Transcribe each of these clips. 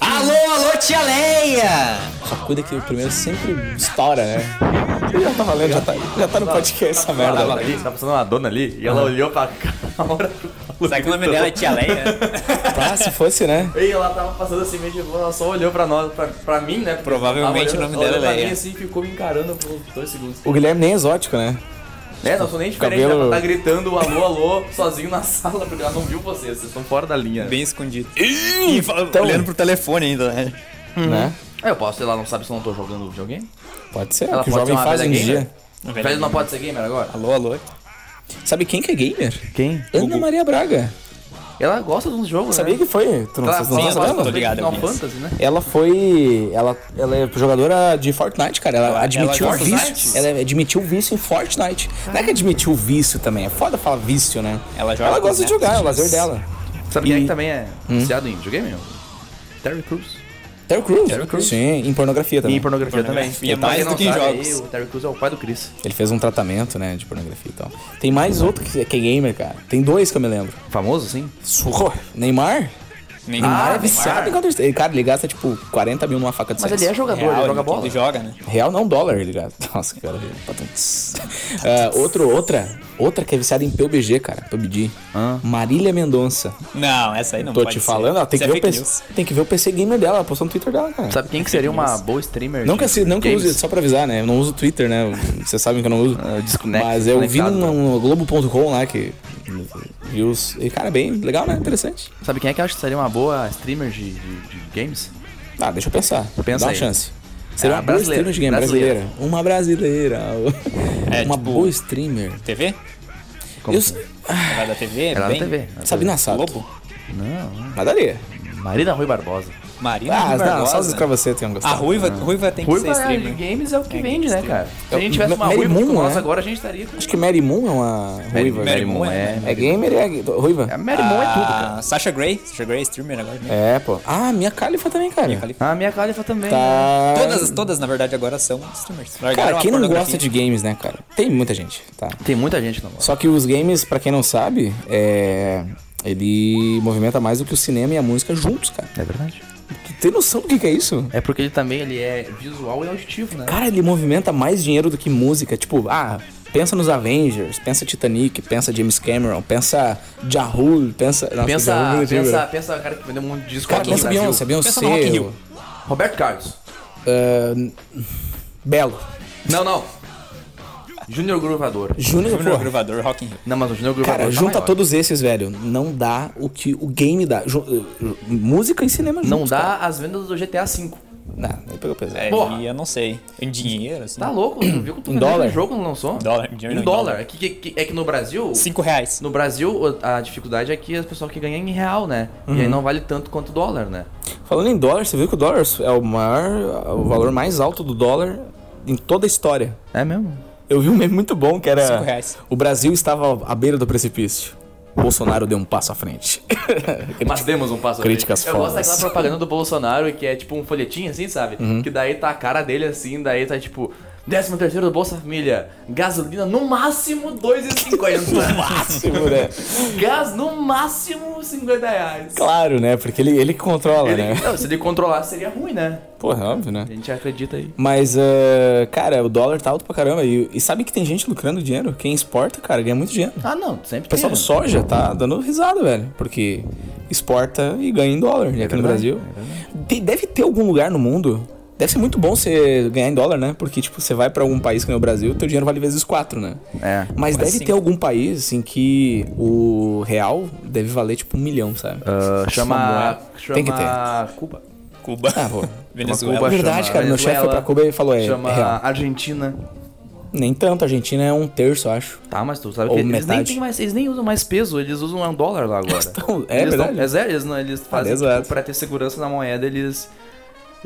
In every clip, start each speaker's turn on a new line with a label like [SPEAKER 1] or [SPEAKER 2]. [SPEAKER 1] Alô, alô, tia Leia! Só cuida que o primeiro sempre estoura, né? Já tá valendo, já tá, já tá no podcast essa merda.
[SPEAKER 2] Tava ali, tava passando uma dona ali e ela olhou pra câmera do Paulo
[SPEAKER 3] Será que o nome dela é Tia Leia?
[SPEAKER 1] Tá, se fosse, né?
[SPEAKER 2] E ela tava passando assim, meio de boa, ela só olhou pra nós, pra, pra mim, né? Porque
[SPEAKER 3] Provavelmente
[SPEAKER 2] ela
[SPEAKER 3] o nome
[SPEAKER 2] olhou- ela
[SPEAKER 3] dela é
[SPEAKER 2] olhou pra mim
[SPEAKER 3] Leia.
[SPEAKER 2] assim e ficou me encarando por dois segundos.
[SPEAKER 1] O Guilherme nem é exótico, né?
[SPEAKER 2] É, não sou nem diferente,
[SPEAKER 1] cabelo-
[SPEAKER 2] ela tá gritando alô, alô, sozinho na sala, porque ela não viu vocês, vocês estão fora da linha.
[SPEAKER 3] Bem escondido. E fala- olhando pro telefone ainda, né?
[SPEAKER 1] Né?
[SPEAKER 2] É, eu posso, sei lá, não sabe se eu não tô jogando videogame?
[SPEAKER 1] Pode ser,
[SPEAKER 2] Ela
[SPEAKER 1] que o
[SPEAKER 2] pode ser
[SPEAKER 1] jovem
[SPEAKER 2] uma
[SPEAKER 1] faz
[SPEAKER 2] velha
[SPEAKER 1] hoje em
[SPEAKER 2] gamer?
[SPEAKER 1] dia.
[SPEAKER 2] Velho não pode ser gamer agora?
[SPEAKER 3] Alô, alô.
[SPEAKER 1] Sabe quem que é gamer?
[SPEAKER 2] Quem?
[SPEAKER 1] Ana Maria Braga.
[SPEAKER 2] Ela gosta de uns jogos,
[SPEAKER 1] Sabia
[SPEAKER 2] né?
[SPEAKER 1] que foi? Tu não,
[SPEAKER 2] Ela
[SPEAKER 1] vocês não
[SPEAKER 2] ela
[SPEAKER 3] sim,
[SPEAKER 1] sabiam?
[SPEAKER 2] gosta
[SPEAKER 3] Tô ligado,
[SPEAKER 2] Final
[SPEAKER 3] eu conheço.
[SPEAKER 2] Fantasy, né?
[SPEAKER 1] Ela foi. Ela, ela é jogadora de Fortnite, cara. Ela, admitiu o
[SPEAKER 3] gosta dos
[SPEAKER 1] vício.
[SPEAKER 3] artes?
[SPEAKER 1] Ela admitiu o vício em Fortnite. Não é que admitiu o vício também. É foda falar vício, né?
[SPEAKER 3] Ela joga né? com
[SPEAKER 1] gosta de
[SPEAKER 3] os
[SPEAKER 1] jogar, é o
[SPEAKER 3] artes.
[SPEAKER 1] lazer dela.
[SPEAKER 2] Sabe quem é que também é
[SPEAKER 3] Hum?
[SPEAKER 2] viciado em videogame? Terry Crews.
[SPEAKER 1] Terry Crews.
[SPEAKER 3] Terry Crews.
[SPEAKER 1] Sim, em pornografia também.
[SPEAKER 2] pornografia,
[SPEAKER 3] Pornografia também.
[SPEAKER 2] E
[SPEAKER 3] mais do que em jogos.
[SPEAKER 2] o Terry Crews é o pai do Chris.
[SPEAKER 1] Ele fez um tratamento, né, de pornografia e tal. Tem mais outro que, que é gamer, cara. Tem dois que eu me lembro.
[SPEAKER 2] Famoso, assim? sim?
[SPEAKER 1] Surro. Neymar?
[SPEAKER 3] Nem
[SPEAKER 1] Neymar
[SPEAKER 2] Ah,
[SPEAKER 1] é viciado em Counter-Strike. Cara, ele gasta tipo 40 mil numa faca de
[SPEAKER 2] Mas
[SPEAKER 1] sexo.
[SPEAKER 2] ele é jogador, ele joga bola.
[SPEAKER 3] Ele joga, né?
[SPEAKER 1] Real não, dólar ele gasta. Nossa, que cara. ele- patentes. Ah, outro, outra. Outra que é viciada em PUBG, cara. PUBG. Marília Mendonça.
[SPEAKER 3] Não, essa aí não
[SPEAKER 1] Tô
[SPEAKER 3] pode
[SPEAKER 1] te
[SPEAKER 3] ser.
[SPEAKER 1] falando, ó, tem,
[SPEAKER 3] Isso
[SPEAKER 1] que
[SPEAKER 3] é
[SPEAKER 1] ver o
[SPEAKER 3] fake
[SPEAKER 1] PC,
[SPEAKER 3] news. Tá
[SPEAKER 1] tem que ver o PC Gamer dela. Ela postou no Twitter dela, cara.
[SPEAKER 2] Sabe quem que seria uma boa streamer?
[SPEAKER 1] Não que,
[SPEAKER 2] de
[SPEAKER 1] eu- não que eu use,
[SPEAKER 2] games?
[SPEAKER 1] só pra avisar, né? Eu não uso Twitter, né? Vocês sabem que eu não uso.
[SPEAKER 2] eu desconecto,
[SPEAKER 1] Mas eu vi
[SPEAKER 2] desconectado,
[SPEAKER 1] no, no Globo.com lá que. Vi os. E, cara, bem legal, né? Interessante.
[SPEAKER 2] Sabe quem é que eu acho que seria uma boa streamer de, de- de games?
[SPEAKER 1] Ah, deixa eu pensar.
[SPEAKER 2] Pensa
[SPEAKER 1] Dá uma
[SPEAKER 2] aí.
[SPEAKER 1] chance. Seria
[SPEAKER 2] Ah,
[SPEAKER 1] uma boa
[SPEAKER 2] brasileira,
[SPEAKER 1] streamer de game brasileira. Uma brasileira.
[SPEAKER 3] É,
[SPEAKER 1] uma
[SPEAKER 3] tipo-
[SPEAKER 1] boa streamer.
[SPEAKER 3] TV?
[SPEAKER 2] Como
[SPEAKER 1] Eu-
[SPEAKER 2] que-
[SPEAKER 3] Ela vai da TV?
[SPEAKER 2] Ela é
[SPEAKER 3] bem?
[SPEAKER 2] na TV. na
[SPEAKER 1] Sabina Sato.
[SPEAKER 3] Globo?
[SPEAKER 1] Nada ali.
[SPEAKER 2] TV. Marina Rui Barbosa.
[SPEAKER 3] Marina
[SPEAKER 1] Ah, não, só
[SPEAKER 3] Barbosa.
[SPEAKER 1] os escravocê tenham
[SPEAKER 3] A
[SPEAKER 1] gostado.
[SPEAKER 3] Ruiva, Ruiva tem que
[SPEAKER 2] Rui
[SPEAKER 3] ser
[SPEAKER 2] de
[SPEAKER 3] streamer.
[SPEAKER 2] games é o que
[SPEAKER 3] É,
[SPEAKER 2] vende, né,
[SPEAKER 3] streamer.
[SPEAKER 2] cara? Se a gente tivesse uma
[SPEAKER 1] Mary
[SPEAKER 2] Rui
[SPEAKER 1] Moon,
[SPEAKER 2] como
[SPEAKER 1] né?
[SPEAKER 2] nossa agora, a gente estaria...
[SPEAKER 1] Acho que Mary Moon é uma ruiva.
[SPEAKER 3] Mary Moon é-
[SPEAKER 1] É gamer e é ruiva?
[SPEAKER 2] né? A Mary Moon é tudo,
[SPEAKER 1] Ah.
[SPEAKER 2] cara.
[SPEAKER 3] A Ah, Sasha Grey, Sasha Grey é streamer agora, né?
[SPEAKER 1] É, pô. Ah, minha califa também, cara.
[SPEAKER 3] Califa.
[SPEAKER 2] A minha Khalifa também. né?
[SPEAKER 1] Tá.
[SPEAKER 3] Todas, todas, na verdade, agora são streamers. Largaram
[SPEAKER 1] Cara,
[SPEAKER 3] a
[SPEAKER 1] quem não
[SPEAKER 3] pornografia.
[SPEAKER 1] gosta de games, né, cara? Tem muita gente, tá?
[SPEAKER 2] Tem muita gente que não gosta.
[SPEAKER 1] Só que os games, pra quem não sabe, é. Ele movimenta mais do que o cinema e a música juntos, cara.
[SPEAKER 2] É verdade.
[SPEAKER 1] Tu tem noção do que, que é isso?
[SPEAKER 2] É porque ele também ele é visual e auditivo, né?
[SPEAKER 1] Cara, ele movimenta mais dinheiro do que música. Tipo, ah, pensa nos Avengers, pensa Titanic, pensa James Cameron, pensa Jahul, pensa. Nossa,
[SPEAKER 2] Pensa,
[SPEAKER 1] Ja Rule é antigo,
[SPEAKER 2] pensa,
[SPEAKER 1] né?
[SPEAKER 2] pensa, cara que vendeu um monte de disco
[SPEAKER 1] Cara,
[SPEAKER 2] aqui no
[SPEAKER 1] pensa
[SPEAKER 2] Brasil.
[SPEAKER 1] Beyoncé, Beyoncé.
[SPEAKER 3] Pensa no Rock in Rio.
[SPEAKER 2] Roberto Carlos.
[SPEAKER 1] ah, Belo.
[SPEAKER 2] Não, não. Júnior Gruvador.
[SPEAKER 1] Júnior,
[SPEAKER 3] Júnior
[SPEAKER 1] porra.
[SPEAKER 3] Gravador, Rock in Rio.
[SPEAKER 2] Não, mas o Júnior Gruvador.
[SPEAKER 1] Cara,
[SPEAKER 2] tá
[SPEAKER 1] junta
[SPEAKER 2] maior.
[SPEAKER 1] todos esses, velho. Não dá o que o game dá. Ju- uh, música e cinema
[SPEAKER 2] Não
[SPEAKER 1] juntos,
[SPEAKER 2] dá
[SPEAKER 1] cara.
[SPEAKER 2] as vendas do GTA V.
[SPEAKER 1] Não, aí pegou pesado.
[SPEAKER 3] É,
[SPEAKER 2] Porra.
[SPEAKER 3] e eu não sei. Em dinheiro, assim.
[SPEAKER 2] Tá louco? Tu viu que tu
[SPEAKER 1] Em Um dólar?
[SPEAKER 2] o jogo não lançou?
[SPEAKER 3] Um Dólar, em dinheiro
[SPEAKER 2] Em
[SPEAKER 3] não, em dólar.
[SPEAKER 2] dólar. É que, que- que- é que no Brasil.
[SPEAKER 3] Cinco reais.
[SPEAKER 2] No Brasil, o- a dificuldade é que as pessoas que ganham em real, né? E aí
[SPEAKER 1] Uhum.
[SPEAKER 2] não vale tanto quanto dólar, né?
[SPEAKER 1] Falando em dólar, você viu que o dólar é o maior, o valor mais alto do dólar em toda a história.
[SPEAKER 2] É mesmo?
[SPEAKER 1] Eu vi um meme muito bom que era
[SPEAKER 3] Cinco reais.
[SPEAKER 1] o Brasil estava à beira do precipício. Bolsonaro deu um passo à frente.
[SPEAKER 2] Mas demos um passo
[SPEAKER 1] Críticas
[SPEAKER 2] Eu gosto
[SPEAKER 1] fodas. Uhum.
[SPEAKER 2] daquela propaganda do Bolsonaro que é tipo um folhetinho assim, sabe? Que daí tá a cara dele assim, daí tá tipo. 13 terceiro do Bolsa Família, gasolina no máximo 2,50.
[SPEAKER 1] Máximo, né?
[SPEAKER 2] Gás no máximo 50 reais.
[SPEAKER 1] Claro, né? Porque ele, ele que controla,
[SPEAKER 2] Ele-
[SPEAKER 1] né?
[SPEAKER 2] não, se ele controlar seria ruim, né?
[SPEAKER 1] Porra, óbvio, né?
[SPEAKER 2] A gente acredita aí.
[SPEAKER 1] Mas, ah, cara, o dólar tá alto pra caramba. E, e sabe que tem gente lucrando dinheiro? Quem exporta, cara, ganha muito dinheiro.
[SPEAKER 2] Ah, não, sempre
[SPEAKER 1] O pessoal do soja tá dando risada, velho. Porque exporta e ganha em dólar. E aqui no
[SPEAKER 2] É verdade,
[SPEAKER 1] Brasil. Te- deve ter algum lugar no mundo. Deve ser muito bom você ganhar em dólar, né? Porque, tipo, você vai pra algum país que nem o Brasil, teu dinheiro vale vezes quatro, né?
[SPEAKER 2] É.
[SPEAKER 1] Mas deve
[SPEAKER 3] cinco.
[SPEAKER 1] ter algum país em que o real deve valer, tipo, um milhão, sabe?
[SPEAKER 2] Ah, chama.
[SPEAKER 1] Chama- Tem que
[SPEAKER 2] ter. Cuba.
[SPEAKER 3] Cuba.
[SPEAKER 1] Ah, pô.
[SPEAKER 3] Venezuela.
[SPEAKER 2] Cuba,
[SPEAKER 1] É verdade,
[SPEAKER 2] chama
[SPEAKER 1] cara. Meu chefe foi
[SPEAKER 2] Venezuela,
[SPEAKER 1] pra Cuba e falou, é,
[SPEAKER 2] chama
[SPEAKER 1] é real.
[SPEAKER 2] Argentina.
[SPEAKER 1] Nem tanto, a Argentina é um terço, eu acho.
[SPEAKER 2] Tá, mas tu sabe
[SPEAKER 1] Ou
[SPEAKER 2] que eles nem,
[SPEAKER 1] metade.
[SPEAKER 2] têm mais, eles nem usam mais peso, eles usam um dólar lá agora.
[SPEAKER 1] tão- é
[SPEAKER 2] eles
[SPEAKER 1] verdade.
[SPEAKER 2] Não, é sério, eles, não, eles fazem,
[SPEAKER 1] exato.
[SPEAKER 2] tipo, pra ter segurança na moeda, eles,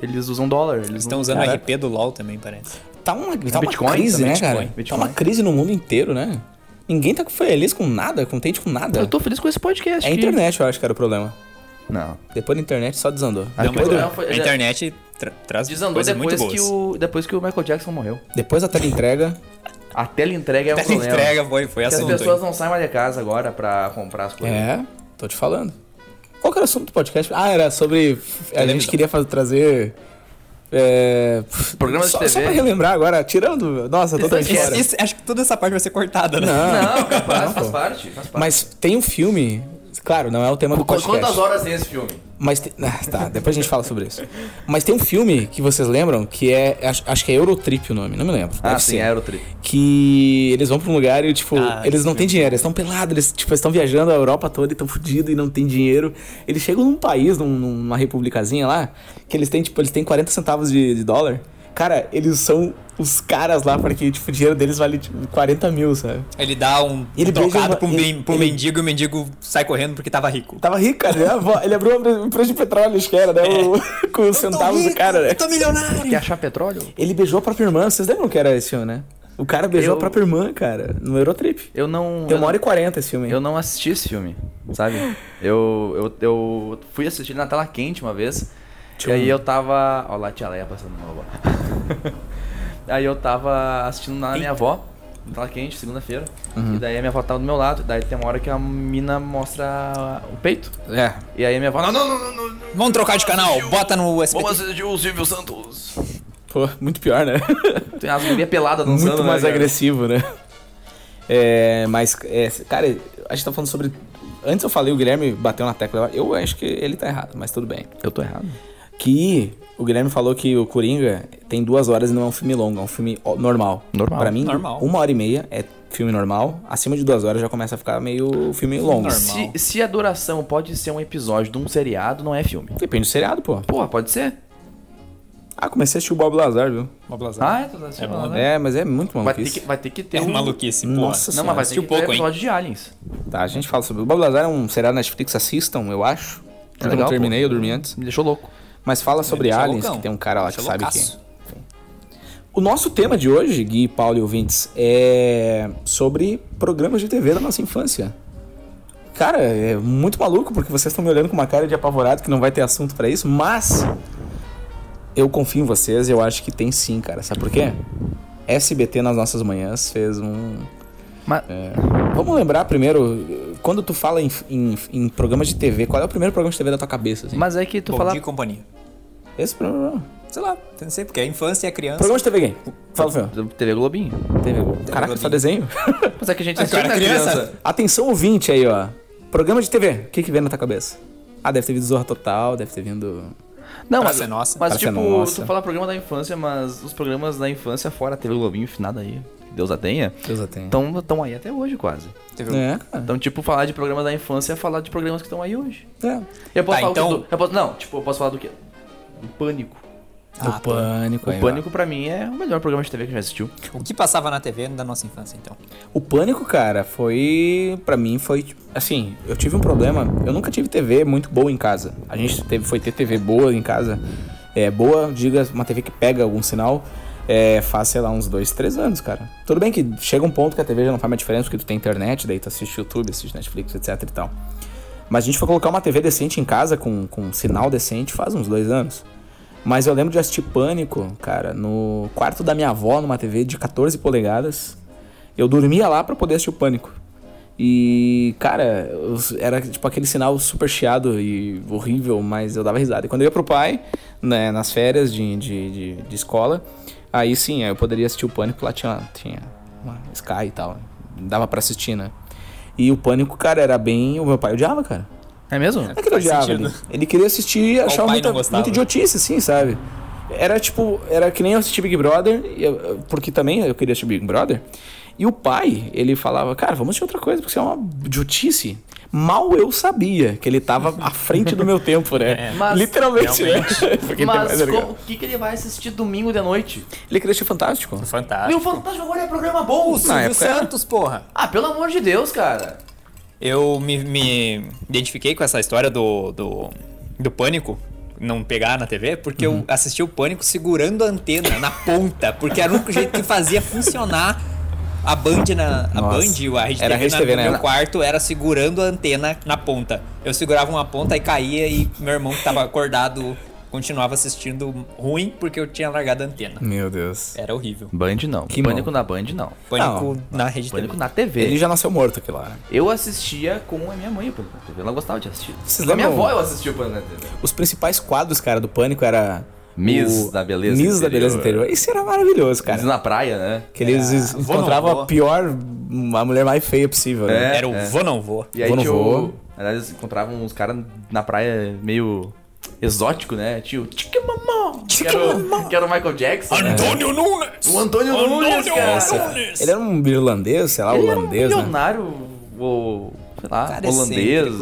[SPEAKER 2] eles usam dólar. Eles,
[SPEAKER 3] Eles
[SPEAKER 2] não-
[SPEAKER 3] estão usando o
[SPEAKER 1] Caraca.
[SPEAKER 3] RP do LoL também, parece.
[SPEAKER 1] Tá uma, tá uma
[SPEAKER 2] Bitcoin
[SPEAKER 1] crise,
[SPEAKER 2] também,
[SPEAKER 1] né,
[SPEAKER 2] Bitcoin,
[SPEAKER 1] cara? Tá
[SPEAKER 2] Bitcoin.
[SPEAKER 1] uma crise no mundo inteiro, né? Ninguém tá feliz com nada, contente com nada.
[SPEAKER 2] Eu tô feliz com esse podcast.
[SPEAKER 1] É a
[SPEAKER 2] que-
[SPEAKER 1] internet, eu acho que era o problema.
[SPEAKER 2] Não.
[SPEAKER 1] Depois da internet só desandou.
[SPEAKER 2] Ah,
[SPEAKER 3] Não, Então, mas
[SPEAKER 1] Depois,
[SPEAKER 2] Depois
[SPEAKER 3] a-
[SPEAKER 2] do- foi-
[SPEAKER 3] a internet tra- traz
[SPEAKER 2] Desandou
[SPEAKER 3] coisas muito
[SPEAKER 2] depois que,
[SPEAKER 3] boas.
[SPEAKER 2] o, depois que o Michael Jackson morreu.
[SPEAKER 1] depois da tela entrega,
[SPEAKER 2] A tela entrega é um
[SPEAKER 3] Até
[SPEAKER 2] problema.
[SPEAKER 3] entrega, foi, foi
[SPEAKER 2] Porque as
[SPEAKER 3] assunto. hein?
[SPEAKER 2] pessoas não saem mais de casa agora pra comprar as coisas.
[SPEAKER 1] assim, É, tô te falando. Qual que era o assunto do podcast? Ah, era sobre. A gente
[SPEAKER 3] Televisão.
[SPEAKER 1] queria fazer, trazer. É,
[SPEAKER 2] Programa de
[SPEAKER 1] só,
[SPEAKER 2] TV.
[SPEAKER 1] Só pra relembrar agora, tirando. Nossa, totalmente
[SPEAKER 2] Isso,
[SPEAKER 1] fora.
[SPEAKER 3] Esse- esse- acho que toda essa parte vai ser cortada, né?
[SPEAKER 2] Não, capaz,
[SPEAKER 1] Não,
[SPEAKER 2] faz
[SPEAKER 1] pô.
[SPEAKER 2] parte, faz parte.
[SPEAKER 1] Mas tem um filme. Claro, não é o tema do
[SPEAKER 2] Qu-
[SPEAKER 1] podcast.
[SPEAKER 2] Quantas horas tem esse filme?
[SPEAKER 1] Mas tem- ah, tá, depois a gente fala sobre isso. Mas tem um filme que vocês lembram que é. Acho, acho que é Eurotrip o nome, não me lembro.
[SPEAKER 2] Ah,
[SPEAKER 1] Deve
[SPEAKER 2] sim,
[SPEAKER 1] ser.
[SPEAKER 2] Aerotrip.
[SPEAKER 1] Que eles vão pra um lugar e, tipo,
[SPEAKER 3] Ah,
[SPEAKER 1] eles não têm dinheiro, eles estão pelados, eles tipo, estão viajando a Europa toda e estão fodidos e não tem dinheiro. Eles chegam num país, num- numa republicazinha lá, que eles têm, tipo, eles têm 40 centavos de, de dólar. Cara, eles são os caras lá, porque, tipo, o dinheiro deles vale tipo, 40 mil, sabe?
[SPEAKER 3] Ele dá um
[SPEAKER 1] Ele beija
[SPEAKER 3] trocado
[SPEAKER 1] uma-
[SPEAKER 3] pro, men-
[SPEAKER 1] ele-
[SPEAKER 3] pro
[SPEAKER 1] ele-
[SPEAKER 3] mendigo e o mendigo sai correndo porque tava rico.
[SPEAKER 1] Tava rico, cara. Ele, avó- ele abriu uma empresa de petróleo, acho que era, né? O- com os centavos do cara, né?
[SPEAKER 3] tô milionário!
[SPEAKER 2] Quer achar petróleo?
[SPEAKER 1] Ele beijou a própria irmã. Vocês lembram que era esse filme, né? O cara beijou
[SPEAKER 2] Eu-
[SPEAKER 1] a própria irmã, cara, no Eurotrip.
[SPEAKER 2] Eu não.
[SPEAKER 1] Tem
[SPEAKER 2] eu-
[SPEAKER 1] uma hora e quarenta esse filme.
[SPEAKER 2] Eu não assisti esse filme, sabe? Eu, eu, eu fui assistir na tela quente uma vez.
[SPEAKER 1] Tchum.
[SPEAKER 2] E aí eu tava. Ó, lá a tia Leia passando na avó. aí eu tava assistindo na minha avó, na tela quente, segunda-feira.
[SPEAKER 1] Uhum.
[SPEAKER 2] E daí a minha avó tava do meu lado. Daí tem uma hora que a mina mostra o peito.
[SPEAKER 1] É.
[SPEAKER 2] E aí a minha avó. Não, não, não, não, não.
[SPEAKER 3] Vamos trocar de canal, bota no USB.
[SPEAKER 2] Vamos assistir o Silvio Santos.
[SPEAKER 1] Pô, muito pior, né?
[SPEAKER 2] Tem as gurias peladas dançando.
[SPEAKER 1] muito mais
[SPEAKER 2] né, cara?
[SPEAKER 1] agressivo, né? É, mas, é, cara, a gente tá falando sobre. Antes eu falei, o Guilherme bateu na tecla. Eu acho que ele tá errado, mas tudo bem.
[SPEAKER 2] Eu tô errado.
[SPEAKER 1] Que o Guilherme falou que o Coringa tem duas horas e não é um filme longo, é um filme ó- normal.
[SPEAKER 2] Normal.
[SPEAKER 1] Pra mim,
[SPEAKER 3] Normal.
[SPEAKER 1] uma hora e meia é filme normal. Acima de duas horas já começa a ficar meio filme longo.
[SPEAKER 3] Normal.
[SPEAKER 2] Se, se a duração pode ser um episódio de um seriado, não é filme.
[SPEAKER 1] Depende do seriado, pô.
[SPEAKER 2] Porra, pode ser?
[SPEAKER 1] Ah, comecei a assistir o Bob Lazar, viu?
[SPEAKER 2] Ah, é, tu tá
[SPEAKER 3] É bom,
[SPEAKER 2] assistindo,
[SPEAKER 3] né?
[SPEAKER 2] né?
[SPEAKER 1] É, mas é muito
[SPEAKER 2] Vai ter, que,
[SPEAKER 1] maluquice.
[SPEAKER 2] vai ter que ter
[SPEAKER 3] É
[SPEAKER 2] um.
[SPEAKER 3] maluquice, pô.
[SPEAKER 1] Nossa
[SPEAKER 2] Não, mas vai ter
[SPEAKER 3] Assistiu
[SPEAKER 2] que ter um
[SPEAKER 3] pouco, hein?
[SPEAKER 2] episódio de Aliens.
[SPEAKER 1] Tá, a gente fala sobre. O Bob Lazar é um seriado Netflix, assistam, eu acho.
[SPEAKER 2] É
[SPEAKER 1] eu
[SPEAKER 2] legal,
[SPEAKER 1] não
[SPEAKER 2] pô.
[SPEAKER 1] terminei, eu dormi antes.
[SPEAKER 2] Me deixou louco.
[SPEAKER 1] Mas fala sobre
[SPEAKER 3] deixa
[SPEAKER 1] aliens,
[SPEAKER 3] loucão.
[SPEAKER 1] que tem um cara lá que
[SPEAKER 3] Deixa
[SPEAKER 1] sabe quem.
[SPEAKER 3] loucaço.
[SPEAKER 1] O nosso tema de hoje, Gui, Paulo e ouvintes, é sobre programas de TV da nossa infância. Cara, é muito maluco porque vocês estão me olhando com uma cara de apavorado que não vai ter assunto pra isso, mas eu confio em vocês, eu acho que tem sim, cara. Sabe por quê? SBT nas nossas manhãs fez um é,
[SPEAKER 2] Mas,
[SPEAKER 1] Vamos lembrar primeiro, quando tu fala em, em, em programa de TV, qual é o primeiro programa de TV da tua cabeça? Assim?
[SPEAKER 2] mas é que tu
[SPEAKER 3] Bom
[SPEAKER 2] fala.
[SPEAKER 3] dia e companhia.
[SPEAKER 1] Esse programa.
[SPEAKER 3] Sei lá, não sei, porque é infância e é criança.
[SPEAKER 1] Programa de TV game. Fala, Fio.
[SPEAKER 2] TV Globinho.
[SPEAKER 1] TV. Caraca, só desenho.
[SPEAKER 2] Mas é que a gente
[SPEAKER 3] Ah,
[SPEAKER 2] assistiu
[SPEAKER 3] cara,
[SPEAKER 2] na criança.
[SPEAKER 3] criança.
[SPEAKER 1] Atenção ouvinte aí, ó. Programa de TV. O que que vem na tua cabeça? Ah, deve ter vindo Zorra Total, deve ter vindo...
[SPEAKER 2] Não,
[SPEAKER 3] Pra
[SPEAKER 2] mas,
[SPEAKER 3] ser nossa.
[SPEAKER 2] mas
[SPEAKER 1] Pra ser
[SPEAKER 2] tipo,
[SPEAKER 1] nossa.
[SPEAKER 2] tu fala programa da infância, mas os programas da infância fora a TV Globinho, finada aí, que Deus a tenha,
[SPEAKER 1] Deus a tenha.
[SPEAKER 2] estão tão aí até hoje quase.
[SPEAKER 3] Teve
[SPEAKER 1] É, cara.
[SPEAKER 2] Então, tipo, falar de programa da infância é falar de programas que estão aí hoje.
[SPEAKER 1] É.
[SPEAKER 2] Eu
[SPEAKER 3] Tá,
[SPEAKER 2] posso falar o quê
[SPEAKER 3] então-
[SPEAKER 2] do, eu posso- Não, tipo, eu posso falar do quê? Do Um Pânico.
[SPEAKER 1] Ah, tá. o Pânico. aí,
[SPEAKER 2] o
[SPEAKER 1] ó.
[SPEAKER 2] Pânico, pra mim, é o melhor programa de TV que já assistiu.
[SPEAKER 3] O que passava na TV da nossa infância, então?
[SPEAKER 1] O Pânico, cara, foi. Pra mim, foi. Assim, eu tive um problema. Eu nunca tive TV muito boa em casa. A gente teve, foi ter TV boa em casa. É, boa, diga, uma TV que pega algum sinal. É, faz, sei lá, uns dois, três anos, cara. Tudo bem que chega um ponto que a TV já não faz mais diferença, porque tu tem internet, daí tu assiste YouTube, assiste Netflix, etc e tal. Mas a gente foi colocar uma TV decente em casa, com, com sinal decente, faz uns dois anos. Mas eu lembro de assistir Pânico, cara, no quarto da minha avó, numa TV de 14 polegadas. Eu dormia lá pra poder assistir o Pânico. E, cara, eu- era tipo aquele sinal super chiado e horrível, mas eu dava risada. E quando eu ia pro pai, né, nas férias de, de, de, de escola, aí sim, aí eu poderia assistir o Pânico, lá tinha, tinha uma Sky e tal. Dava pra assistir, né? E o Pânico, cara, era bem. O meu pai odiava, cara.
[SPEAKER 2] É mesmo?
[SPEAKER 1] Não é que ele
[SPEAKER 3] Faz
[SPEAKER 1] odiava.
[SPEAKER 3] sentido.
[SPEAKER 1] Ele, ele queria assistir e achava
[SPEAKER 3] pai
[SPEAKER 1] muita,
[SPEAKER 3] não gostava?
[SPEAKER 1] muita idiotice, assim, sabe? Era tipo, era que nem eu assisti Big Brother, e eu- porque também eu queria assistir Big Brother. E o pai, ele falava, cara, vamos assistir outra coisa, porque isso é uma idiotice. Mal eu sabia que ele tava à frente do meu tempo,
[SPEAKER 3] É.
[SPEAKER 1] né?
[SPEAKER 2] Mas-
[SPEAKER 1] Literalmente, né? Porque tem mais,
[SPEAKER 2] Mas
[SPEAKER 1] tá ligado?
[SPEAKER 2] como- o que, que ele vai assistir domingo de noite?
[SPEAKER 1] Ele queria assistir Fantástico.
[SPEAKER 3] Fantástico.
[SPEAKER 2] Meu Fantástico agora é programa bom!
[SPEAKER 1] Na
[SPEAKER 3] Silvio
[SPEAKER 1] época era-
[SPEAKER 3] Santos, porra.
[SPEAKER 2] Ah, pelo amor de Deus, cara.
[SPEAKER 3] Eu me, me identifiquei com essa história do, do, do pânico não pegar na TV, porque eu assisti o pânico segurando a antena na ponta, porque era o único jeito que fazia funcionar a Band na a
[SPEAKER 1] Nossa.
[SPEAKER 3] Band, ou a Rede
[SPEAKER 1] Era a
[SPEAKER 3] TV,
[SPEAKER 1] Rede
[SPEAKER 3] na,
[SPEAKER 1] TV,
[SPEAKER 3] no
[SPEAKER 1] né?
[SPEAKER 3] meu quarto era segurando a antena na ponta. Eu segurava uma ponta e caía e meu irmão que tava acordado continuava assistindo ruim porque eu tinha largado a antena.
[SPEAKER 1] Meu Deus.
[SPEAKER 3] Era horrível.
[SPEAKER 2] Band não.
[SPEAKER 1] Que
[SPEAKER 2] Pânico
[SPEAKER 1] mal.
[SPEAKER 2] na Band não.
[SPEAKER 3] Pânico na rede
[SPEAKER 2] Pânico
[SPEAKER 3] TV.
[SPEAKER 2] na TV.
[SPEAKER 1] Ele já nasceu morto aqui lá. né?
[SPEAKER 2] Eu assistia com a minha mãe o Pânico na TV. Ela gostava de assistir.
[SPEAKER 1] Vocês
[SPEAKER 2] Com a minha
[SPEAKER 1] lembram-
[SPEAKER 2] avó eu assistia o Pânico na TV.
[SPEAKER 1] Os principais quadros, cara, do Pânico era...
[SPEAKER 2] Miss da Beleza
[SPEAKER 1] Miss da Beleza
[SPEAKER 2] Interior.
[SPEAKER 1] Interior. Isso era maravilhoso, cara.
[SPEAKER 2] Eles na praia, né?
[SPEAKER 1] Que eles es-
[SPEAKER 3] vou, não
[SPEAKER 1] encontravam
[SPEAKER 3] vou.
[SPEAKER 1] a pior, a mulher mais feia possível. né?
[SPEAKER 2] É,
[SPEAKER 3] Era o
[SPEAKER 2] é.
[SPEAKER 3] vou não vou.
[SPEAKER 2] E aí
[SPEAKER 1] Vou, não
[SPEAKER 2] tinha o...
[SPEAKER 1] vou.
[SPEAKER 2] Na verdade, eles encontravam uns caras na praia meio exótico, né? Tinha o Tica Mamão, que era o- que era o Michael Jackson. né?
[SPEAKER 3] Antônio Nunes!
[SPEAKER 2] O Antônio Nunes, cara!
[SPEAKER 1] Ele era um irlandês, sei lá,
[SPEAKER 2] Ele era um
[SPEAKER 1] holandês, né?
[SPEAKER 2] milionário, ou, sei lá,
[SPEAKER 3] Cara
[SPEAKER 2] holandês.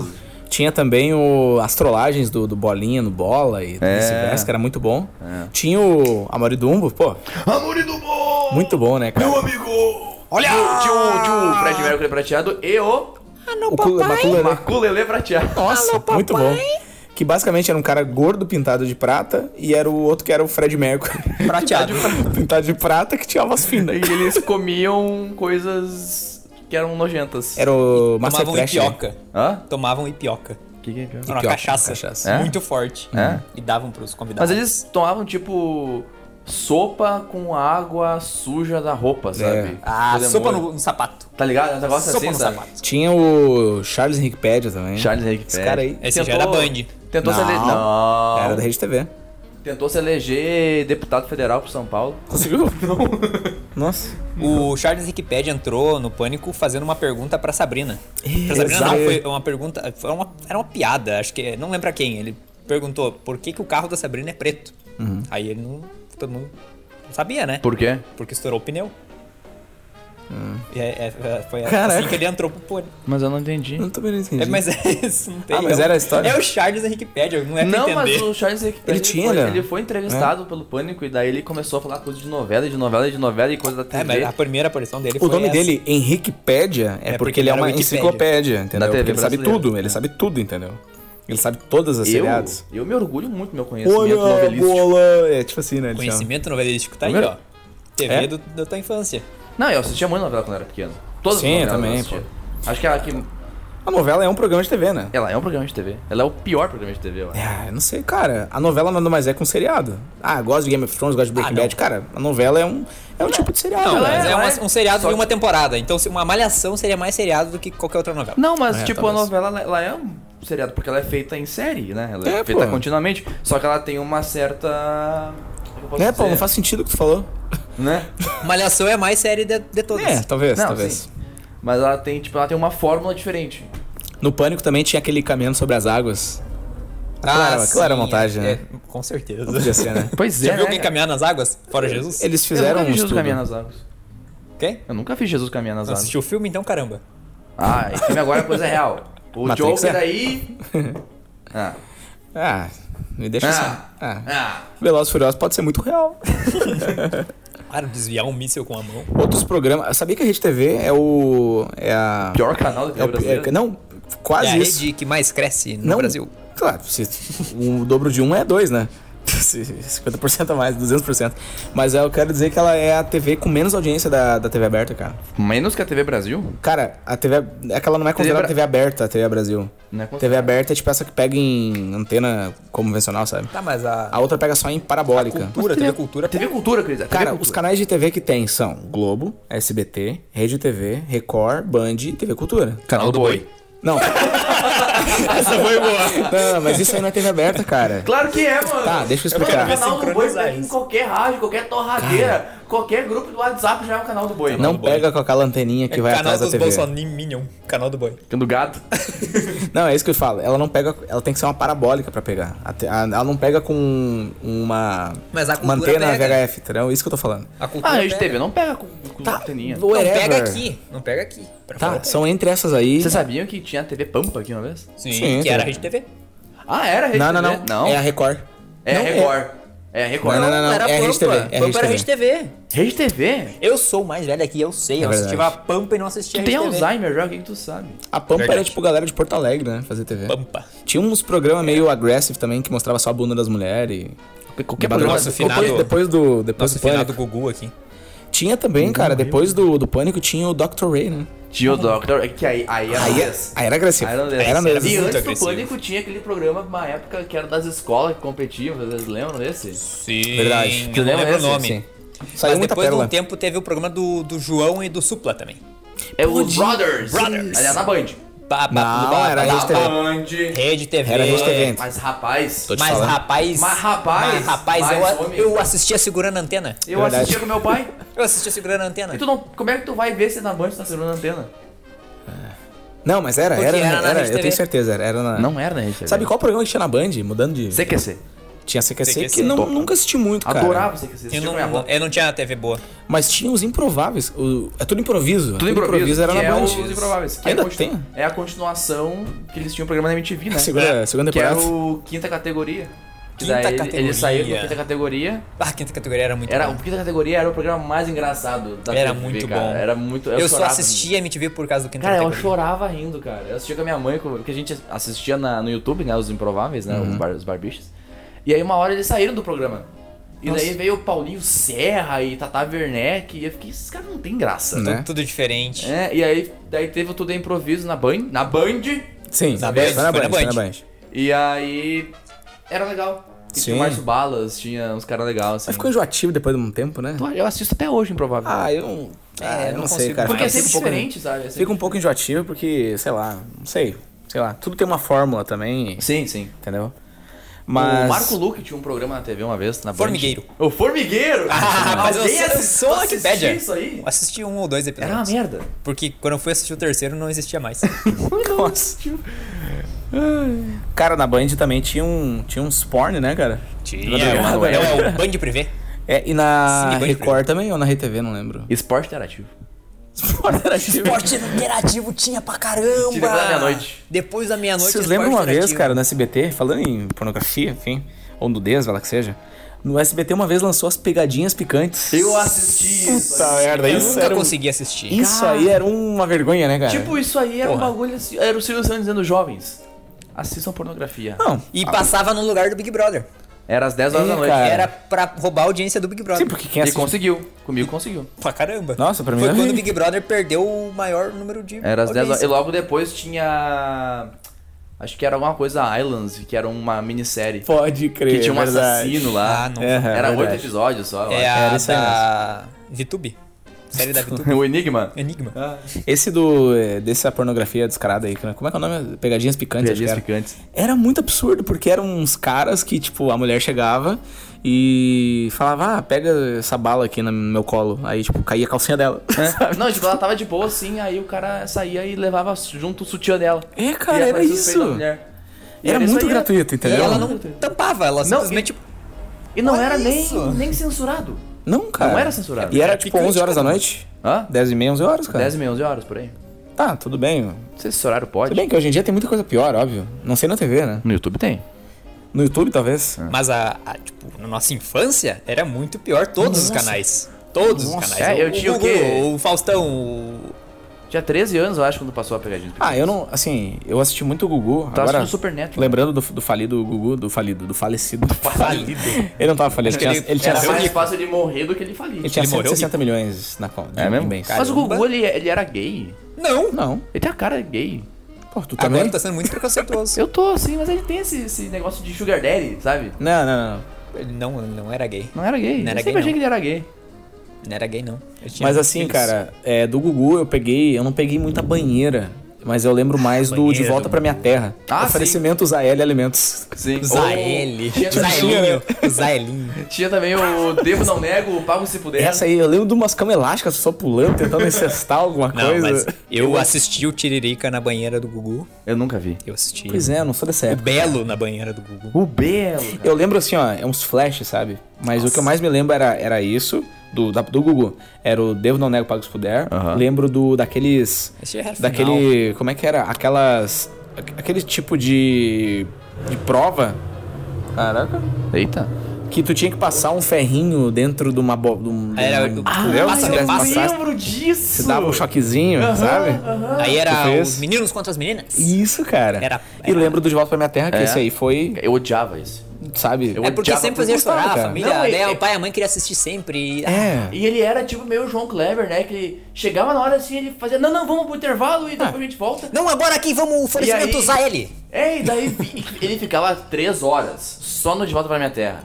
[SPEAKER 1] Tinha também o as trollagens do, do Bolinha no Bola e
[SPEAKER 2] É.
[SPEAKER 1] vice-versa, que era muito bom. Tinha o Amaridumbo, pô,
[SPEAKER 2] Amor do bom!
[SPEAKER 1] muito bom, né, cara?
[SPEAKER 2] Meu amigo!
[SPEAKER 3] Olha!
[SPEAKER 2] Tinha o, tinha o Fred Mercury prateado e o
[SPEAKER 1] o cu- Maculelê.
[SPEAKER 2] Maculele prateado.
[SPEAKER 1] Nossa, muito bom. Que basicamente era um cara gordo pintado de prata e era o outro que era o Fred Mercury.
[SPEAKER 3] Prateado.
[SPEAKER 1] pintado de prata que tinha umas
[SPEAKER 2] E
[SPEAKER 1] finas.
[SPEAKER 2] eles comiam coisas que eram nojentas.
[SPEAKER 1] Era o Master
[SPEAKER 3] Tomavam
[SPEAKER 1] Trash. né?
[SPEAKER 3] um ipioca.
[SPEAKER 2] Hã?
[SPEAKER 3] Tomavam ipioca.
[SPEAKER 2] O que, que é pior?
[SPEAKER 3] Era uma
[SPEAKER 1] Ipioca,
[SPEAKER 3] cachaça.
[SPEAKER 1] cachaça.
[SPEAKER 2] É?
[SPEAKER 3] Muito forte.
[SPEAKER 2] É?
[SPEAKER 3] E davam pros convidados.
[SPEAKER 2] Mas eles tomavam, tipo, sopa com água suja da
[SPEAKER 1] É.
[SPEAKER 2] roupa, sabe?
[SPEAKER 3] Ah,
[SPEAKER 2] Coisa
[SPEAKER 3] sopa
[SPEAKER 2] muito-
[SPEAKER 3] no, no sapato.
[SPEAKER 2] Tá ligado? Um negócio
[SPEAKER 3] Sopa
[SPEAKER 2] assim,
[SPEAKER 3] no
[SPEAKER 2] sabe?
[SPEAKER 3] sapato.
[SPEAKER 1] Tinha o Charles Henrique Pédia também.
[SPEAKER 2] Charles Henrique
[SPEAKER 1] Esse cara aí.
[SPEAKER 3] Esse já era Band.
[SPEAKER 2] Tentou se
[SPEAKER 1] Não.
[SPEAKER 2] eleger... Não.
[SPEAKER 1] Era da Rede TV.
[SPEAKER 2] Tentou se eleger deputado federal pro São Paulo.
[SPEAKER 1] Conseguiu? Nossa.
[SPEAKER 3] O Charles Wikipedia entrou no pânico fazendo uma pergunta pra Sabrina. Pra Sabrina
[SPEAKER 1] Exato.
[SPEAKER 3] não, foi uma pergunta. Foi uma, era uma piada, acho que. Não lembro a quem. Ele perguntou por que, que o carro da Sabrina é preto.
[SPEAKER 2] Uhum.
[SPEAKER 3] Aí ele não. Todo mundo não sabia, né?
[SPEAKER 2] Por quê?
[SPEAKER 3] Porque estourou o pneu. E é- é- é- foi assim
[SPEAKER 1] Ah. Caraca.
[SPEAKER 3] que ele entrou pro pânico.
[SPEAKER 2] Mas eu não entendi.
[SPEAKER 1] Eu também não entendi.
[SPEAKER 3] É, mas é isso, não tem.
[SPEAKER 1] Ah, mas
[SPEAKER 3] é o-
[SPEAKER 1] era a história?
[SPEAKER 3] É o Charles Wikipedia, não é pra
[SPEAKER 2] Não,
[SPEAKER 3] entender.
[SPEAKER 2] mas o Charles Henrique
[SPEAKER 1] Ele tinha,
[SPEAKER 2] foi,
[SPEAKER 1] né?
[SPEAKER 2] ele foi entrevistado pelo Pânico e daí ele começou a falar coisa de novela, de novela, de novela e coisa da
[SPEAKER 3] É,
[SPEAKER 2] TV.
[SPEAKER 3] mas a primeira aparição dele
[SPEAKER 1] O
[SPEAKER 3] foi
[SPEAKER 1] nome
[SPEAKER 3] essa.
[SPEAKER 1] dele, Henriquepédia, é,
[SPEAKER 3] É porque
[SPEAKER 1] porque ele é
[SPEAKER 3] era
[SPEAKER 1] uma
[SPEAKER 3] Wikipédia.
[SPEAKER 1] enciclopédia, entendeu?
[SPEAKER 2] TV
[SPEAKER 1] Porque ele sabe
[SPEAKER 2] brasileira.
[SPEAKER 1] tudo, ele sabe tudo, entendeu? Ele sabe todas as
[SPEAKER 2] eu,
[SPEAKER 1] seriadas.
[SPEAKER 2] eu me orgulho muito do meu conhecimento novelístico.
[SPEAKER 1] bola! É tipo assim, né? ele chama.
[SPEAKER 3] Conhecimento novelístico tá aí,
[SPEAKER 1] Primeiro-
[SPEAKER 3] ó. TV
[SPEAKER 1] É?
[SPEAKER 3] do- da tua infância.
[SPEAKER 2] Não, eu assistia muito novela quando eu era pequeno. Todas
[SPEAKER 1] Sim,
[SPEAKER 2] as novelas
[SPEAKER 1] eu também,
[SPEAKER 2] assistia. Acho que ela, que
[SPEAKER 1] A novela é um programa de TV, né?
[SPEAKER 2] ela é um programa de TV. Ela é o pior programa de TV, eu acho.
[SPEAKER 1] Ah, eu não sei, cara. A novela nada mais é que um seriado. Ah, gosto de Game of Thrones, gosto de Breaking
[SPEAKER 3] Ah, não.
[SPEAKER 1] Bad. Cara, a novela é um, é um tipo de seriado.
[SPEAKER 3] Não,
[SPEAKER 1] né?
[SPEAKER 3] mas
[SPEAKER 2] é,
[SPEAKER 3] é,
[SPEAKER 2] ela
[SPEAKER 3] uma-
[SPEAKER 2] é.
[SPEAKER 3] um seriado
[SPEAKER 2] Só
[SPEAKER 3] de
[SPEAKER 2] que-
[SPEAKER 3] uma temporada. Então, se- uma malhação seria mais seriado do que qualquer outra novela.
[SPEAKER 2] Não, mas
[SPEAKER 1] É,
[SPEAKER 2] tipo,
[SPEAKER 1] talvez.
[SPEAKER 2] a novela ela- ela é um seriado, porque ela é feita em série, né? Ela é,
[SPEAKER 1] É,
[SPEAKER 2] feita
[SPEAKER 1] pô.
[SPEAKER 2] continuamente. Só que ela tem uma certa. como eu posso
[SPEAKER 1] É, pô, não
[SPEAKER 2] dizer?
[SPEAKER 1] faz sentido o que tu falou.
[SPEAKER 2] Né?
[SPEAKER 3] Malhação é a mais série de, de todas.
[SPEAKER 1] É, talvez,
[SPEAKER 2] Não,
[SPEAKER 1] talvez.
[SPEAKER 2] sim. Mas ela tem, tipo, ela tem uma fórmula diferente.
[SPEAKER 1] No Pânico também tinha aquele caminhando sobre as águas. claro,
[SPEAKER 3] Ah, sim,
[SPEAKER 1] claro, a montagem,
[SPEAKER 3] é-
[SPEAKER 1] né?
[SPEAKER 3] é, com certeza.
[SPEAKER 1] Podia ser, né?
[SPEAKER 2] Pois
[SPEAKER 3] Já viu alguém caminhar nas águas? Fora Jesus?
[SPEAKER 1] Eles
[SPEAKER 2] Fizeram
[SPEAKER 1] fizeram
[SPEAKER 2] eu nunca vi
[SPEAKER 1] um
[SPEAKER 2] Jesus
[SPEAKER 1] estudo.
[SPEAKER 2] caminhar nas águas.
[SPEAKER 3] Quem?
[SPEAKER 2] Eu nunca vi Jesus caminhar nas
[SPEAKER 3] Não
[SPEAKER 2] águas.
[SPEAKER 3] assistiu o filme, então caramba.
[SPEAKER 2] Ah, esse filme agora é coisa real. O
[SPEAKER 1] Matrix
[SPEAKER 2] Joker
[SPEAKER 1] é.
[SPEAKER 2] aí. Ah.
[SPEAKER 1] Ah, me deixa assim.
[SPEAKER 2] Ah.
[SPEAKER 1] Ah.
[SPEAKER 2] Ah.
[SPEAKER 1] Veloz e Furioso pode ser muito real.
[SPEAKER 3] Claro, desviar um míssil com a mão.
[SPEAKER 1] Outros programas. Sabia que a Rede TV é o. É a.
[SPEAKER 2] Pior canal do
[SPEAKER 1] é
[SPEAKER 2] TV
[SPEAKER 1] o,
[SPEAKER 2] brasileiro.
[SPEAKER 1] é, não, quase
[SPEAKER 3] é a
[SPEAKER 1] isso.
[SPEAKER 3] rede que mais cresce no
[SPEAKER 1] não,
[SPEAKER 3] Brasil.
[SPEAKER 1] Claro, se, o dobro de um é dois, né? Se 50% a mais, 200%. Mas eu quero dizer que ela é a TV com menos audiência da, da TV aberta, cara.
[SPEAKER 2] Menos que a TV Brasil?
[SPEAKER 1] Cara, a TV. ab- É que ela não é considerada
[SPEAKER 2] Bra-
[SPEAKER 1] TV aberta, a TV Brasil.
[SPEAKER 2] Não é considerada.
[SPEAKER 1] TV aberta é tipo essa que pega em antena convencional, sabe?
[SPEAKER 3] Tá, mas a,
[SPEAKER 1] A outra pega só em parabólica.
[SPEAKER 3] cultura, TV, Cultura...
[SPEAKER 2] TV Cultura, Cris. é TV
[SPEAKER 1] Cara,
[SPEAKER 2] Cultura.
[SPEAKER 1] os canais de TV que tem são Globo, SBT, Rede TV, Record, Band e TV Cultura.
[SPEAKER 2] Canal do Boi.
[SPEAKER 1] Não. Essa foi boa. Não, mas isso aí não é TV aberta, cara.
[SPEAKER 2] Claro que é, mano.
[SPEAKER 1] Tá, deixa eu
[SPEAKER 2] quero
[SPEAKER 1] explicar.
[SPEAKER 2] ver canal do um Boi
[SPEAKER 3] Sincronizar
[SPEAKER 2] pega em
[SPEAKER 3] isso.
[SPEAKER 2] qualquer rádio, qualquer torradeira, qualquer grupo do WhatsApp já é um canal do Boi.
[SPEAKER 1] Não pega com aquela anteninha que
[SPEAKER 3] é
[SPEAKER 1] vai
[SPEAKER 3] canal
[SPEAKER 1] atrás da
[SPEAKER 3] dos
[SPEAKER 1] TV.
[SPEAKER 3] Bolsonaro canal do boi.
[SPEAKER 2] Do gato.
[SPEAKER 1] Não, é isso que eu falo. Ela não pega. Ela tem que ser uma parabólica pra pegar. A te- a- Ela não pega com uma.
[SPEAKER 3] Mas a
[SPEAKER 1] uma
[SPEAKER 3] cultura
[SPEAKER 1] antena
[SPEAKER 3] pega.
[SPEAKER 1] VHF, entendeu? Isso que eu tô falando.
[SPEAKER 3] A cultura
[SPEAKER 2] Ah, a Rede
[SPEAKER 3] pega.
[SPEAKER 2] TV não pega com, com
[SPEAKER 1] Tá.
[SPEAKER 2] anteninha.
[SPEAKER 1] Não
[SPEAKER 3] Não pega aqui. Não pega aqui. Pra fora
[SPEAKER 1] Tá,
[SPEAKER 3] pega.
[SPEAKER 1] são entre essas aí.
[SPEAKER 2] Vocês sabiam que tinha a TV Pampa aqui uma vez?
[SPEAKER 3] Sim,
[SPEAKER 1] Sim,
[SPEAKER 3] que era É
[SPEAKER 1] cara.
[SPEAKER 3] a Rede TV.
[SPEAKER 2] Ah, era a Rede
[SPEAKER 1] Não, não,
[SPEAKER 2] TV?
[SPEAKER 1] não, É a Record.
[SPEAKER 2] É
[SPEAKER 1] Não,
[SPEAKER 2] Record. É, a Record.
[SPEAKER 1] Não, não, não, não.
[SPEAKER 3] era
[SPEAKER 1] é a Rede TV,
[SPEAKER 3] Pampa.
[SPEAKER 1] é a
[SPEAKER 3] Pampa era a Rede
[SPEAKER 1] Rede
[SPEAKER 3] TV.
[SPEAKER 2] Rede TV?
[SPEAKER 3] Eu sou o mais velho aqui, eu sei. eu
[SPEAKER 1] É verdade.
[SPEAKER 3] assistia a Pampa e não assistia
[SPEAKER 2] Tu
[SPEAKER 3] a
[SPEAKER 2] tem
[SPEAKER 3] RedeTV.
[SPEAKER 2] Alzheimer já, o que que tu sabe?
[SPEAKER 1] A Pampa era
[SPEAKER 3] Verdade.
[SPEAKER 1] tipo galera de Porto Alegre, né? Fazer TV.
[SPEAKER 3] Pampa.
[SPEAKER 1] Tinha uns programas meio aggressive também que mostrava só a bunda das mulheres. e-
[SPEAKER 2] Qualquer
[SPEAKER 1] Depois-
[SPEAKER 2] programa-
[SPEAKER 3] Nosso finado-
[SPEAKER 1] Depois, depois do. Depois
[SPEAKER 3] Nosso
[SPEAKER 1] do
[SPEAKER 3] finado
[SPEAKER 1] pânico.
[SPEAKER 3] Gugu aqui.
[SPEAKER 1] Tinha também, cara, depois do, do pânico tinha o Dr. Ray, né?
[SPEAKER 2] Tio Doctor, é que aí, aí
[SPEAKER 3] Ah,
[SPEAKER 2] era
[SPEAKER 1] Aí, é-
[SPEAKER 2] holandês.
[SPEAKER 1] aí era agressivo.
[SPEAKER 2] Aí era holandês.
[SPEAKER 1] Aí Tipo, era mesmo.
[SPEAKER 2] E
[SPEAKER 3] muito
[SPEAKER 2] antes do
[SPEAKER 3] agressivo.
[SPEAKER 2] Pânico tinha aquele programa, uma época que era das escolas que competiam, vocês lembram desse?
[SPEAKER 3] Sim.
[SPEAKER 1] Verdade.
[SPEAKER 3] Eu não lembro o nome.
[SPEAKER 1] Sim. Saiu
[SPEAKER 3] Mas
[SPEAKER 1] muita
[SPEAKER 3] depois de
[SPEAKER 1] pérola.
[SPEAKER 3] um tempo teve o programa do, do João e do Supla também.
[SPEAKER 2] É o
[SPEAKER 3] Pudim
[SPEAKER 2] Brothers.
[SPEAKER 3] Brothers.
[SPEAKER 2] Ali era na Band.
[SPEAKER 3] Ba- ba-
[SPEAKER 1] Não,
[SPEAKER 3] ba-
[SPEAKER 1] era
[SPEAKER 3] ba-
[SPEAKER 1] Rede TV.
[SPEAKER 3] ba-
[SPEAKER 2] Band.
[SPEAKER 3] Rede TV.
[SPEAKER 1] Era Rede TV.
[SPEAKER 2] Mas rapaz,
[SPEAKER 1] Tô te
[SPEAKER 3] Mas
[SPEAKER 1] falando.
[SPEAKER 3] rapaz,
[SPEAKER 2] Mas, rapaz,
[SPEAKER 3] mas, rapaz,
[SPEAKER 2] mas,
[SPEAKER 3] eu,
[SPEAKER 2] homem.
[SPEAKER 3] eu assistia segurando a antena.
[SPEAKER 2] eu
[SPEAKER 1] É Verdade.
[SPEAKER 2] assistia com meu pai.
[SPEAKER 3] Eu assistia segurando a antena.
[SPEAKER 2] E tu não, como é que tu vai ver se é na Band se tá segurando a antena?
[SPEAKER 1] Não, mas era,
[SPEAKER 3] Porque
[SPEAKER 1] era,
[SPEAKER 3] era
[SPEAKER 1] era,
[SPEAKER 3] na Rede
[SPEAKER 1] eu
[SPEAKER 3] TV.
[SPEAKER 1] tenho certeza, era, era na...
[SPEAKER 2] era, né, gente?
[SPEAKER 1] Sabe qual programa que tinha na Band? Mudando de...
[SPEAKER 2] CQC.
[SPEAKER 1] Tinha CQC,
[SPEAKER 3] CQC.
[SPEAKER 1] que não,
[SPEAKER 3] Top.
[SPEAKER 1] nunca assisti muito, cara. é-
[SPEAKER 2] Adorava CQC. Assistia
[SPEAKER 3] Eu
[SPEAKER 2] com minha avó.
[SPEAKER 3] não, eu não tinha TV boa.
[SPEAKER 1] Mas tinha os improváveis. o- É tudo improviso.
[SPEAKER 2] Tudo improviso,
[SPEAKER 1] era
[SPEAKER 2] que
[SPEAKER 1] na
[SPEAKER 2] é
[SPEAKER 1] Band.
[SPEAKER 2] os improváveis. que é a
[SPEAKER 1] Ainda
[SPEAKER 2] continu-
[SPEAKER 1] tem?
[SPEAKER 2] É a continuação que eles tinham o programa na MTV, né?
[SPEAKER 1] Segunda, segunda
[SPEAKER 2] Que era
[SPEAKER 1] temporada.
[SPEAKER 2] o quinta categoria. Que
[SPEAKER 3] Quinta
[SPEAKER 2] daí
[SPEAKER 3] categoria.
[SPEAKER 2] Ele saiu com quinta categoria.
[SPEAKER 3] Ah, a quinta categoria era muito
[SPEAKER 2] Era, um
[SPEAKER 3] boa.
[SPEAKER 2] o quinta categoria era o programa mais engraçado da
[SPEAKER 3] Era
[SPEAKER 2] TV,
[SPEAKER 3] muito
[SPEAKER 2] cara.
[SPEAKER 3] bom.
[SPEAKER 2] Era muito.
[SPEAKER 3] Eu, só
[SPEAKER 2] chorava
[SPEAKER 3] assistia MTV por causa do quinta
[SPEAKER 2] Cara, eu
[SPEAKER 3] categoria.
[SPEAKER 2] chorava rindo, cara. Eu assistia com a minha mãe, porque a gente assistia na- no YouTube, né? Os Improváveis, né?
[SPEAKER 3] Uhum.
[SPEAKER 2] Os, bar, os barbichas. E aí uma hora eles saíram do programa. E daí veio o Paulinho Serra e Tata Werneck. E eu fiquei, esses caras não tem graça.
[SPEAKER 1] Né?
[SPEAKER 3] Tudo, tudo diferente.
[SPEAKER 2] É, e aí daí teve o tudo é improviso na Band. Na Band.
[SPEAKER 1] Sim,
[SPEAKER 3] Na
[SPEAKER 1] foi
[SPEAKER 3] Band,
[SPEAKER 1] na
[SPEAKER 3] foi
[SPEAKER 1] Band,
[SPEAKER 3] na
[SPEAKER 1] foi na
[SPEAKER 3] Band.
[SPEAKER 1] Band.
[SPEAKER 2] E aí. Era legal. E tinha
[SPEAKER 1] Sim.
[SPEAKER 2] o Márcio Balas, tinha uns caras legais, assim.
[SPEAKER 1] Mas ficou enjoativo depois de um tempo, né?
[SPEAKER 2] Eu assisto até hoje, improvável.
[SPEAKER 1] Ah, eu não... Ah,
[SPEAKER 3] É,
[SPEAKER 1] eu
[SPEAKER 3] não
[SPEAKER 1] não sei,
[SPEAKER 3] consigo.
[SPEAKER 1] cara.
[SPEAKER 2] porque é
[SPEAKER 1] Fica
[SPEAKER 2] sempre
[SPEAKER 1] um pouco-
[SPEAKER 2] diferente, sabe? É sempre-
[SPEAKER 1] Fica um pouco enjoativo porque, sei lá, não sei. Sei lá, tudo tem uma fórmula também,
[SPEAKER 2] Sim, sim.
[SPEAKER 1] entendeu? Mas...
[SPEAKER 2] O Marco Luque tinha um programa na TV uma vez, na Band.
[SPEAKER 3] Formigueiro.
[SPEAKER 2] O Formigueiro!
[SPEAKER 3] Ah, mas eu
[SPEAKER 2] Alguém
[SPEAKER 3] sou- eu
[SPEAKER 2] assi-
[SPEAKER 3] sou
[SPEAKER 2] assistiu
[SPEAKER 3] Wikipédia.
[SPEAKER 2] isso aí?
[SPEAKER 3] Eu assisti um ou dois
[SPEAKER 2] Era uma
[SPEAKER 3] episódios.
[SPEAKER 2] merda.
[SPEAKER 3] porque quando eu fui assistir o terceiro não existia mais.
[SPEAKER 1] Nossa. Cara, na Band também tinha um, tinha uns porn, né, cara?
[SPEAKER 3] tinha.
[SPEAKER 1] Era
[SPEAKER 3] Era,
[SPEAKER 1] drogado,
[SPEAKER 3] é
[SPEAKER 1] era.
[SPEAKER 3] o Band Privé.
[SPEAKER 1] É, e na
[SPEAKER 3] Sim, Band
[SPEAKER 1] Record também ou na RTV, não lembro.
[SPEAKER 2] Esporte interativo.
[SPEAKER 1] Porn era tipo-
[SPEAKER 3] Esporte interativo tinha pra caramba.
[SPEAKER 2] Tinha depois da meia-noite.
[SPEAKER 3] Depois da meia-noite.
[SPEAKER 1] Vocês
[SPEAKER 3] esporte
[SPEAKER 1] lembram uma vez,
[SPEAKER 3] interativo.
[SPEAKER 1] cara, no SBT, falando em pornografia, enfim, ou nudez, vai lá que seja, no SBT uma vez lançou as pegadinhas picantes.
[SPEAKER 2] Eu assisti isso.
[SPEAKER 1] Puta
[SPEAKER 2] aí.
[SPEAKER 1] merda,
[SPEAKER 3] Eu
[SPEAKER 1] isso
[SPEAKER 3] nunca
[SPEAKER 1] era um-
[SPEAKER 3] consegui assistir.
[SPEAKER 1] Isso aí era uma vergonha, né, cara?
[SPEAKER 2] Tipo, isso aí era
[SPEAKER 3] Porra.
[SPEAKER 2] um bagulho assim. Era o Silvio Santos dizendo jovens. Assistam pornografia.
[SPEAKER 1] não.
[SPEAKER 3] E passava no lugar do Big Brother.
[SPEAKER 2] Era às 10 horas
[SPEAKER 1] Ah. É,
[SPEAKER 2] da noite.
[SPEAKER 1] cara.
[SPEAKER 3] Era pra roubar a audiência do Big Brother.
[SPEAKER 1] Sim, porque quem
[SPEAKER 2] E
[SPEAKER 1] assiste...
[SPEAKER 2] conseguiu. Comigo conseguiu.
[SPEAKER 3] Pra caramba.
[SPEAKER 1] Nossa, pra mim
[SPEAKER 3] Foi
[SPEAKER 1] era-
[SPEAKER 3] quando o Big Brother perdeu o maior número de.
[SPEAKER 2] Era às 10 horas. E
[SPEAKER 3] audiência.
[SPEAKER 2] logo depois tinha. Acho que era alguma coisa Islands, que era uma minissérie.
[SPEAKER 1] Pode crer,
[SPEAKER 2] Que tinha um
[SPEAKER 1] é verdade.
[SPEAKER 2] assassino lá.
[SPEAKER 3] Ah, não.
[SPEAKER 1] É,
[SPEAKER 2] Era
[SPEAKER 1] verdade.
[SPEAKER 2] oito episódios só. eu
[SPEAKER 3] É
[SPEAKER 2] acho.
[SPEAKER 3] a
[SPEAKER 1] Era isso aí
[SPEAKER 3] da. VTube. Série da
[SPEAKER 1] é,
[SPEAKER 3] VTube.
[SPEAKER 2] O Enigma.
[SPEAKER 3] Enigma.
[SPEAKER 1] Ah, Esse do... é, Dessa pornografia descarada aí, como é que é o nome? Pegadinhas picantes, acho que
[SPEAKER 2] Piadinhas
[SPEAKER 1] era.
[SPEAKER 2] picantes.
[SPEAKER 1] Era muito absurdo, porque eram uns caras que, tipo, a mulher chegava e falava, ah, pega essa bala aqui no meu colo. Aí, tipo, caía a calcinha dela.
[SPEAKER 2] É. Não, tipo, ela tava de boa assim, aí o cara saía e levava junto o sutiã dela.
[SPEAKER 1] É, cara,
[SPEAKER 2] E um
[SPEAKER 1] era
[SPEAKER 2] aparecia o peito
[SPEAKER 1] isso.
[SPEAKER 2] da mulher. E
[SPEAKER 1] Era
[SPEAKER 2] isso
[SPEAKER 1] muito
[SPEAKER 2] aí,
[SPEAKER 1] gratuito,
[SPEAKER 3] E
[SPEAKER 1] entendeu?
[SPEAKER 3] ela não tampava, ela simplesmente.
[SPEAKER 2] tipo, E não
[SPEAKER 3] Olha
[SPEAKER 2] era nem,
[SPEAKER 3] isso.
[SPEAKER 2] nem censurado.
[SPEAKER 1] Não, cara.
[SPEAKER 2] Não era censurado.
[SPEAKER 1] E era,
[SPEAKER 3] Era
[SPEAKER 1] tipo,
[SPEAKER 3] picante,
[SPEAKER 1] 11 horas da
[SPEAKER 3] cara.
[SPEAKER 1] noite?
[SPEAKER 2] Hã?
[SPEAKER 1] 10 e meia, 11 horas, cara.
[SPEAKER 2] 10 e meia, 11 horas por aí.
[SPEAKER 1] Tá, tudo bem.
[SPEAKER 2] Não sei se esse horário pode.
[SPEAKER 1] Tudo bem que hoje em dia tem muita coisa pior, óbvio. Não sei na TV, né?
[SPEAKER 2] No YouTube tem.
[SPEAKER 1] No YouTube, talvez.
[SPEAKER 2] É.
[SPEAKER 3] Mas a, a, tipo, na nossa infância era muito pior todos os
[SPEAKER 1] Nossa.
[SPEAKER 3] canais. Todos
[SPEAKER 1] Nossa.
[SPEAKER 3] os canais.
[SPEAKER 2] É, eu tinha o
[SPEAKER 3] Gugu,
[SPEAKER 2] quê?
[SPEAKER 3] O Faustão, o.
[SPEAKER 2] Tinha 13 anos, eu acho, quando passou a pegadinha.
[SPEAKER 1] Ah, eu não. Assim, eu assisti muito o Gugu.
[SPEAKER 2] Tava
[SPEAKER 1] agora,
[SPEAKER 2] Tá assistindo Super Neto.
[SPEAKER 1] Lembrando do, do falido Gugu, do falido, do falecido.
[SPEAKER 3] Falido.
[SPEAKER 1] ele não tava falido,
[SPEAKER 3] Acho
[SPEAKER 1] ele,
[SPEAKER 3] que
[SPEAKER 1] tinha,
[SPEAKER 3] ele-
[SPEAKER 1] ele tinha,
[SPEAKER 2] Era
[SPEAKER 3] eu
[SPEAKER 2] mais
[SPEAKER 3] rico.
[SPEAKER 2] fácil ele morrer do que ele falir.
[SPEAKER 1] ele tinha
[SPEAKER 3] ele morreu
[SPEAKER 1] 160 milhões na conta.
[SPEAKER 2] É mesmo?
[SPEAKER 1] Bem,
[SPEAKER 2] Mas o Gugu, ele, ele era gay.
[SPEAKER 3] Não!
[SPEAKER 1] Não.
[SPEAKER 2] Ele tem a cara gay.
[SPEAKER 1] Pô, tu também?
[SPEAKER 3] Agora tá sendo muito preconceituoso.
[SPEAKER 2] Eu tô assim, mas ele tem esse, esse negócio de sugar daddy,
[SPEAKER 3] tá-
[SPEAKER 2] sabe?
[SPEAKER 1] Não, não, não.
[SPEAKER 3] Ele não, não era gay.
[SPEAKER 2] Não era gay.
[SPEAKER 3] Não era
[SPEAKER 2] eu sempre
[SPEAKER 3] gay, não.
[SPEAKER 2] achei que ele era gay.
[SPEAKER 3] Não era gay, não. Eu tinha
[SPEAKER 1] Mas assim,
[SPEAKER 3] filhos.
[SPEAKER 1] cara, é, do Gugu eu peguei, eu não peguei muita banheira, mas eu lembro mais do De
[SPEAKER 3] banheira
[SPEAKER 1] Volta
[SPEAKER 3] do
[SPEAKER 1] pra Minha Terra.
[SPEAKER 2] Ah,
[SPEAKER 1] Oferecimentos AL Alimentos.
[SPEAKER 2] Sim.
[SPEAKER 3] Zaeli.
[SPEAKER 2] Tinha,
[SPEAKER 3] Zaelinho. Zaelinho.
[SPEAKER 2] tinha também o Devo Não Nego, o Pago Se
[SPEAKER 3] É?
[SPEAKER 2] Puder.
[SPEAKER 1] Essa aí, eu lembro de umas camas elásticas só pulando, tentando incestar alguma
[SPEAKER 3] Não, mas
[SPEAKER 1] coisa.
[SPEAKER 3] eu assisti o Tiririca na banheira do Gugu.
[SPEAKER 2] Eu nunca vi.
[SPEAKER 3] Eu assisti
[SPEAKER 1] Pois é, não sou dessa
[SPEAKER 3] o
[SPEAKER 1] época.
[SPEAKER 3] Belo na banheira do Gugu.
[SPEAKER 2] O Belo. cara.
[SPEAKER 1] Eu lembro assim, ó, é uns flashes, sabe? Mas o que eu mais me lembro era, era isso, do, da- do Gugu. Era o Devo Não Nego Pago Se Puder.
[SPEAKER 2] Aham.
[SPEAKER 1] Lembro do daqueles.
[SPEAKER 3] Esse era final.
[SPEAKER 1] Daquele. Como é que era? Aquelas. aqu- Aquele tipo de. de prova. Caraca.
[SPEAKER 2] Eita.
[SPEAKER 1] Que tu tinha que passar um ferrinho dentro de uma. Bo... de um- de
[SPEAKER 3] Era
[SPEAKER 1] um-
[SPEAKER 3] o-
[SPEAKER 1] entendeu?
[SPEAKER 3] passa,
[SPEAKER 1] Se tivesse
[SPEAKER 3] passa.
[SPEAKER 1] passado,
[SPEAKER 2] disso.
[SPEAKER 1] se dava um choquezinho, sabe?
[SPEAKER 3] Aí
[SPEAKER 1] Tu
[SPEAKER 3] era
[SPEAKER 1] fez?
[SPEAKER 3] os meninos contra as meninas.
[SPEAKER 1] Isso, cara.
[SPEAKER 3] Era-
[SPEAKER 1] E lembro do De Volta pra Minha Terra, que
[SPEAKER 2] É.
[SPEAKER 1] esse aí foi.
[SPEAKER 2] Eu odiava isso.
[SPEAKER 1] sabe?
[SPEAKER 2] Eu
[SPEAKER 3] É porque
[SPEAKER 2] odiava
[SPEAKER 3] sempre fazia
[SPEAKER 1] porque eu
[SPEAKER 3] chorar a
[SPEAKER 1] gostava,
[SPEAKER 3] família,
[SPEAKER 2] cara. Não, e-
[SPEAKER 3] né?
[SPEAKER 2] e-
[SPEAKER 3] O pai e a mãe queriam assistir sempre. Ah,
[SPEAKER 1] É.
[SPEAKER 2] E ele era tipo meio João Kleber, né? Que ele chegava na hora assim, ele fazia, não, não, vamos pro intervalo e depois a gente volta.
[SPEAKER 3] Não, agora aqui vamos o
[SPEAKER 2] E
[SPEAKER 3] fornecimento
[SPEAKER 2] aí-
[SPEAKER 3] usar ele.
[SPEAKER 2] É, e daí vi- ele ficava três horas só no De Volta Pra Minha Terra.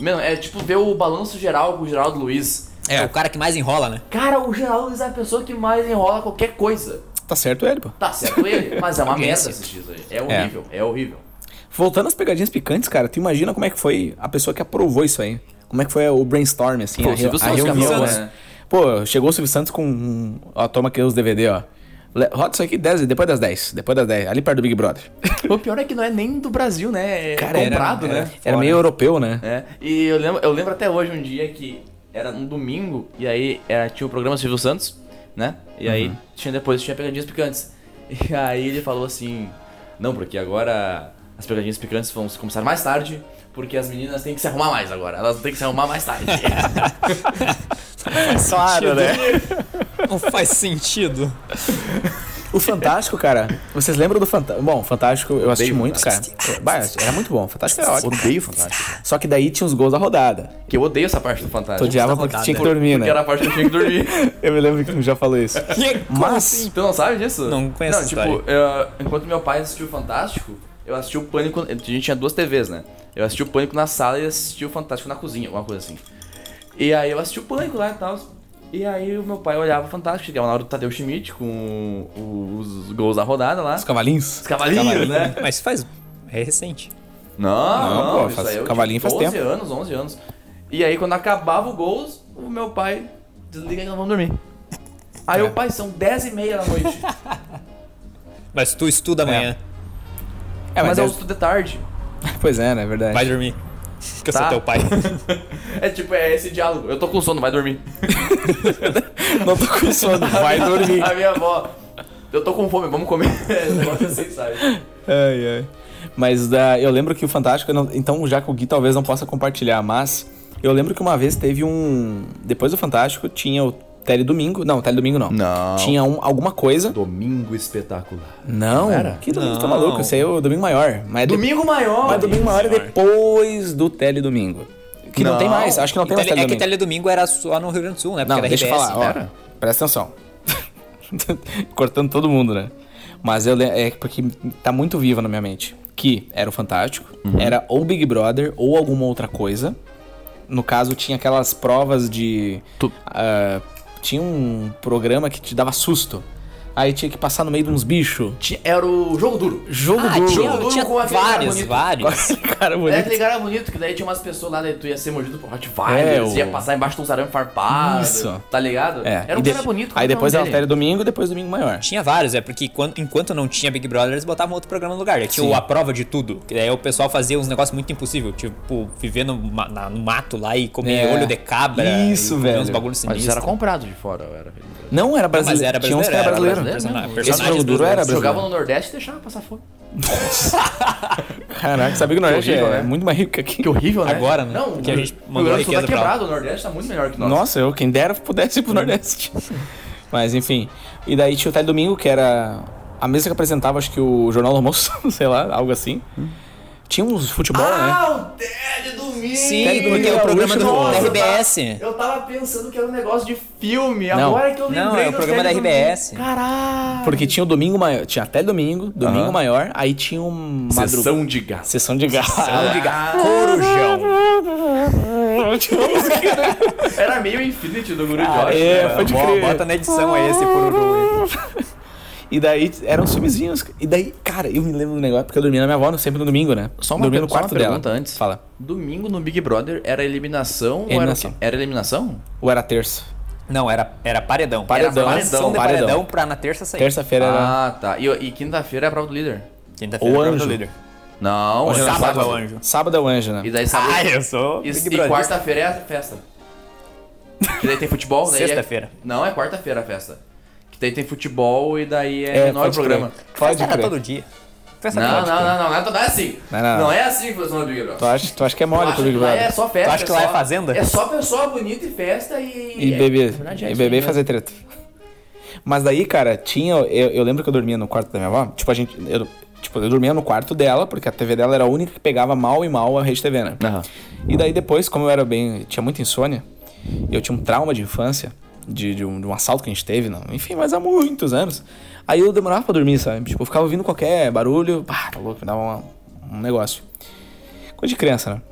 [SPEAKER 2] Mano, é tipo ver o balanço geral com o Geraldo Luiz.
[SPEAKER 3] É. o cara que mais enrola, né?
[SPEAKER 2] Cara, o Geraldo Luiz é a pessoa que mais enrola qualquer coisa.
[SPEAKER 1] Tá certo ele, pô.
[SPEAKER 2] Tá certo ele, mas é uma
[SPEAKER 3] Alguém
[SPEAKER 2] merda
[SPEAKER 3] assiste.
[SPEAKER 2] assistir isso aí. É horrível, é, horrível.
[SPEAKER 1] Voltando às pegadinhas picantes, cara, tu imagina como é que foi a pessoa que aprovou isso aí. Como é que foi o brainstorm, assim,
[SPEAKER 2] Pô,
[SPEAKER 1] a,
[SPEAKER 2] o
[SPEAKER 1] reu-
[SPEAKER 2] Silvio
[SPEAKER 1] a
[SPEAKER 2] Santos que
[SPEAKER 1] reunião,
[SPEAKER 2] aprovou,
[SPEAKER 1] né?
[SPEAKER 2] né?
[SPEAKER 1] Pô, chegou o Silvio Santos com... um- Ó, toma aqui os DVD, ó. Le- Roda isso aqui 10, depois das 10, depois das 10, ali perto do Big Brother.
[SPEAKER 2] O pior é que não é nem do Brasil, né? É
[SPEAKER 1] Cara, era-
[SPEAKER 2] comprado,
[SPEAKER 1] era,
[SPEAKER 2] né?
[SPEAKER 1] Era meio europeu, né?
[SPEAKER 2] É, e eu lembro, eu lembro até hoje um dia que era um domingo, e aí era, tinha o programa Silvio Santos, né? E aí tinha depois tinha pegadinhas picantes. E aí ele falou assim: Não, porque agora as pegadinhas picantes vão começar mais tarde, porque as meninas têm que se arrumar mais agora. Elas têm que se arrumar mais tarde.
[SPEAKER 1] Claro, né?
[SPEAKER 3] Não faz sentido.
[SPEAKER 1] O Fantástico, cara. Vocês lembram do Fantástico? Bom, Fantástico eu assisti muito, cara. Bah, era muito bom. Fantástico era ótimo.
[SPEAKER 2] odeio Fantástico.
[SPEAKER 1] Só que daí tinha os gols da rodada.
[SPEAKER 2] Que eu odeio essa parte do
[SPEAKER 1] Tu
[SPEAKER 2] Fantástico.
[SPEAKER 1] odiava
[SPEAKER 3] da
[SPEAKER 1] porque tu
[SPEAKER 3] rodada.
[SPEAKER 1] tinha que dormir, né?
[SPEAKER 2] Porque era a parte que eu tinha que dormir.
[SPEAKER 1] Eu me lembro que tu já falou isso.
[SPEAKER 3] assim?
[SPEAKER 1] Mas,
[SPEAKER 2] Tu não sabe disso?
[SPEAKER 3] Não conheço
[SPEAKER 2] Não,
[SPEAKER 3] essa
[SPEAKER 2] tipo, eu- enquanto meu pai assistiu o Fantástico, eu assisti o Pânico. A gente tinha duas TVs, né? Eu assisti o Pânico na sala e assisti o Fantástico na cozinha, alguma coisa assim. E aí eu assisti o Pânico lá e tal. E aí o meu pai olhava o Fantástico, chegava na hora do Tadeu Schmidt com o- os gols da rodada lá.
[SPEAKER 1] os cavalinhos?
[SPEAKER 2] Os cavalinhos, né?
[SPEAKER 3] Mas faz. É recente.
[SPEAKER 2] Não,
[SPEAKER 1] Não,
[SPEAKER 2] não,
[SPEAKER 1] pô,
[SPEAKER 2] isso
[SPEAKER 1] faz-
[SPEAKER 2] aí eu
[SPEAKER 1] cavalinho
[SPEAKER 2] tinha
[SPEAKER 1] faz
[SPEAKER 2] 12 anos, 11 anos. E aí quando acabava o gols, o meu pai desliga que nós vamos dormir. Aí o pai, são 10 e meia da noite.
[SPEAKER 3] Mas tu estuda amanhã.
[SPEAKER 1] É,
[SPEAKER 2] mas
[SPEAKER 1] mas,
[SPEAKER 2] eu
[SPEAKER 1] é-
[SPEAKER 2] estudo de tarde.
[SPEAKER 1] Pois é, né? É verdade.
[SPEAKER 3] Vai dormir. Que eu
[SPEAKER 2] Tá.
[SPEAKER 3] sou teu pai.
[SPEAKER 2] É tipo, é esse diálogo. Eu tô com sono, vai dormir.
[SPEAKER 1] Não tô com sono. Vai dormir.
[SPEAKER 2] A minha avó. Eu tô com fome, vamos comer. É, um negócio assim, sabe?
[SPEAKER 1] Ai, ai. Mas da- eu lembro que o Fantástico, eu não- então já que o Gui talvez não possa compartilhar, mas eu lembro que uma vez teve um. Depois do Fantástico tinha o Teledomingo. Não, Teledomingo não.
[SPEAKER 2] Não.
[SPEAKER 1] Tinha um- alguma coisa.
[SPEAKER 2] Domingo espetacular.
[SPEAKER 1] Não,
[SPEAKER 2] era?
[SPEAKER 1] que domingo tá
[SPEAKER 3] Não.
[SPEAKER 1] maluco? Esse aí é o domingo maior. Mas é de-
[SPEAKER 2] Domingo maior!
[SPEAKER 1] mas domingo maior é
[SPEAKER 3] Senhor.
[SPEAKER 1] depois do Teledomingo. Que não,
[SPEAKER 2] Não.
[SPEAKER 1] tem mais, acho que não tem mais
[SPEAKER 3] Tele- é que
[SPEAKER 1] Teledomingo.
[SPEAKER 3] teledomingo era só no Rio Grande do Sul, né? Porque
[SPEAKER 1] Não,
[SPEAKER 3] era
[SPEAKER 1] deixa eu
[SPEAKER 3] RBS.
[SPEAKER 1] falar, ó.
[SPEAKER 2] era?
[SPEAKER 1] Presta atenção. Cortando todo mundo, né? Mas eu le- é porque tá muito viva na minha mente. Que era o Fantástico, era ou Big Brother ou alguma outra coisa. No caso, tinha aquelas provas de.
[SPEAKER 2] Tu-
[SPEAKER 1] ah, tinha um programa que te dava susto. Aí tinha que passar no meio de uns bichos.
[SPEAKER 2] Tinha- Era o jogo duro.
[SPEAKER 1] Jogo
[SPEAKER 3] Ah,
[SPEAKER 1] duro.
[SPEAKER 3] tinha, tinha
[SPEAKER 2] Com aquele
[SPEAKER 3] vários,
[SPEAKER 2] bonito.
[SPEAKER 3] vários.
[SPEAKER 1] Cara,
[SPEAKER 2] Era
[SPEAKER 1] bonito.
[SPEAKER 2] aquele cara bonito, que daí tinha umas pessoas lá, daí tu ia ser mordido por Rottweiler,
[SPEAKER 1] É,
[SPEAKER 2] você ia
[SPEAKER 1] o-
[SPEAKER 2] passar embaixo de um zarame farpado.
[SPEAKER 1] Isso.
[SPEAKER 2] Tá ligado?
[SPEAKER 1] É,
[SPEAKER 2] Era um
[SPEAKER 1] e de-
[SPEAKER 2] cara bonito. como
[SPEAKER 1] Aí
[SPEAKER 2] é o
[SPEAKER 1] depois
[SPEAKER 2] nome
[SPEAKER 1] era o
[SPEAKER 2] dele?
[SPEAKER 1] Teledomingo, depois Domingo Maior.
[SPEAKER 3] Tinha vários, é porque quan- enquanto não tinha Big Brother, eles botavam outro programa no lugar. Daí Tinha
[SPEAKER 1] Sim.
[SPEAKER 3] o a prova de tudo. Que daí o pessoal fazia uns negócios muito impossíveis, tipo, viver no, ma- na- no mato lá e comer
[SPEAKER 1] É.
[SPEAKER 3] olho de cabra.
[SPEAKER 1] Isso,
[SPEAKER 3] e comer
[SPEAKER 1] velho.
[SPEAKER 3] Uns bagulhos
[SPEAKER 2] Mas isso
[SPEAKER 3] sinistros.
[SPEAKER 2] era comprado de fora, eu era. brasileiro.
[SPEAKER 1] Não era
[SPEAKER 3] Não, mas
[SPEAKER 1] brasileiro.
[SPEAKER 3] era
[SPEAKER 1] tinha
[SPEAKER 3] brasileiro. era
[SPEAKER 1] uns que era brasileiro.
[SPEAKER 2] brasileiro.
[SPEAKER 3] persona-
[SPEAKER 2] Esse
[SPEAKER 3] personagens
[SPEAKER 1] jogo duro
[SPEAKER 3] brasileiros.
[SPEAKER 1] era brasileiro.
[SPEAKER 2] Jogava no Nordeste e deixava passar fome.
[SPEAKER 1] Caraca, sabia que o Nordeste
[SPEAKER 2] horrível,
[SPEAKER 1] é
[SPEAKER 2] né?
[SPEAKER 1] muito mais rico que aqui.
[SPEAKER 2] Que horrível, né?
[SPEAKER 3] Agora, né?
[SPEAKER 2] Não,
[SPEAKER 3] Porque a gente
[SPEAKER 2] o Rio
[SPEAKER 3] mandou
[SPEAKER 2] Grande do Sul tá
[SPEAKER 3] riqueza pra lá.
[SPEAKER 2] quebrado, o Nordeste tá muito melhor que nós.
[SPEAKER 1] Nossa, eu quem dera pudesse ir pro Nordeste. Mas enfim. E daí tinha o Tele Domingo, que era a mesa que apresentava, acho que o Jornal do Almoço, sei lá, algo assim. Tinha uns futebol, né?
[SPEAKER 2] Hum. Ah, o Ted Domingo!
[SPEAKER 3] Sim,
[SPEAKER 1] Domingo
[SPEAKER 3] porque é
[SPEAKER 1] era
[SPEAKER 3] o programa
[SPEAKER 1] luxo,
[SPEAKER 3] do,
[SPEAKER 1] nossa,
[SPEAKER 3] da
[SPEAKER 1] tá.
[SPEAKER 3] RBS.
[SPEAKER 2] Eu tava pensando que era um negócio de filme,
[SPEAKER 1] Não.
[SPEAKER 2] agora que eu lembrei
[SPEAKER 3] Não, é o
[SPEAKER 2] do
[SPEAKER 3] programa
[SPEAKER 2] Ted
[SPEAKER 3] da RBS.
[SPEAKER 2] Domingo. Caralho!
[SPEAKER 1] Porque tinha o Domingo Maior, tinha até Domingo, Domingo
[SPEAKER 2] Aham.
[SPEAKER 1] Maior, aí tinha um madrugada.
[SPEAKER 2] de gás.
[SPEAKER 1] Sessão de gás.
[SPEAKER 2] de gás.
[SPEAKER 3] Corujão.
[SPEAKER 2] Era meio Infinity do Guru Josh.
[SPEAKER 1] é,
[SPEAKER 2] né?
[SPEAKER 1] foi de- Pode
[SPEAKER 3] Bo-
[SPEAKER 1] crer.
[SPEAKER 3] Bota na edição aí esse Corujão.
[SPEAKER 1] E daí eram filmezinhos. E daí, cara, eu me lembro do negócio, porque eu dormia na minha avó sempre no domingo, né?
[SPEAKER 2] Só uma
[SPEAKER 1] dormia
[SPEAKER 2] per-
[SPEAKER 1] no quarto
[SPEAKER 2] só uma pergunta
[SPEAKER 1] dela.
[SPEAKER 2] antes.
[SPEAKER 1] Fala.
[SPEAKER 2] Domingo no Big Brother era eliminação,
[SPEAKER 1] Eliminação.
[SPEAKER 2] ou era, o quê? era eliminação?
[SPEAKER 1] Ou era terça?
[SPEAKER 3] Não, era, era paredão.
[SPEAKER 1] Paredão,
[SPEAKER 3] era paredão, de
[SPEAKER 1] paredão.
[SPEAKER 3] paredão, pra na terça sair.
[SPEAKER 1] Terça-feira era.
[SPEAKER 2] Ah, tá. E, e quinta-feira é a prova do líder.
[SPEAKER 3] Quinta-feira
[SPEAKER 1] O
[SPEAKER 3] era
[SPEAKER 1] anjo.
[SPEAKER 3] do líder.
[SPEAKER 2] Não,
[SPEAKER 3] O
[SPEAKER 2] era
[SPEAKER 3] sábado, é o anjo.
[SPEAKER 1] Sábado é o anjo, né?
[SPEAKER 2] E daí sábado.
[SPEAKER 3] Ah, eu sou
[SPEAKER 2] E,
[SPEAKER 3] Big
[SPEAKER 2] e
[SPEAKER 3] Brother.
[SPEAKER 2] quarta-feira é a festa. Que daí tem futebol, daí é-
[SPEAKER 3] Sexta-feira.
[SPEAKER 2] Não, é quarta-feira a festa. Que daí tem futebol e daí é, menor o
[SPEAKER 1] pode crer.
[SPEAKER 2] programa.
[SPEAKER 1] Pode
[SPEAKER 3] Festa era
[SPEAKER 1] crer.
[SPEAKER 3] todo dia. Festa
[SPEAKER 2] Não,
[SPEAKER 3] era
[SPEAKER 2] não,
[SPEAKER 3] todo dia.
[SPEAKER 2] não, não, não, é- não é assim.
[SPEAKER 1] Não, não, não.
[SPEAKER 2] é assim que funciona o Big
[SPEAKER 1] Tu
[SPEAKER 2] Brother.
[SPEAKER 1] acha, tu acha que é
[SPEAKER 2] Tu
[SPEAKER 1] mole
[SPEAKER 2] acha
[SPEAKER 1] pro
[SPEAKER 2] que
[SPEAKER 1] Big
[SPEAKER 2] lá
[SPEAKER 1] Brother?
[SPEAKER 2] É só festa.
[SPEAKER 3] Tu acha que
[SPEAKER 2] é
[SPEAKER 3] lá é
[SPEAKER 2] só-
[SPEAKER 3] fazenda?
[SPEAKER 2] É só pessoa bonita e festa e.
[SPEAKER 1] E
[SPEAKER 2] é-
[SPEAKER 1] beber.
[SPEAKER 2] na verdade, é
[SPEAKER 1] e
[SPEAKER 2] isso
[SPEAKER 1] beber e
[SPEAKER 2] mesmo.
[SPEAKER 1] fazer treta. Mas daí, cara, tinha. Eu, eu lembro que eu dormia no quarto da minha avó. Tipo, a gente. Eu, tipo, Tipo, eu dormia no quarto dela, porque a TV dela era a única que pegava mal e mal a rede TV, né?
[SPEAKER 2] Aham.
[SPEAKER 1] E daí depois, como eu era bem. tinha muita insônia, e eu tinha um trauma de infância, de, de um, de um assalto que a gente teve, não. enfim, mas há muitos anos. Aí eu demorava pra dormir, sabe? Tipo, eu ficava ouvindo qualquer barulho, pá, tá louco, me dava uma- um negócio. Coisa de criança, né?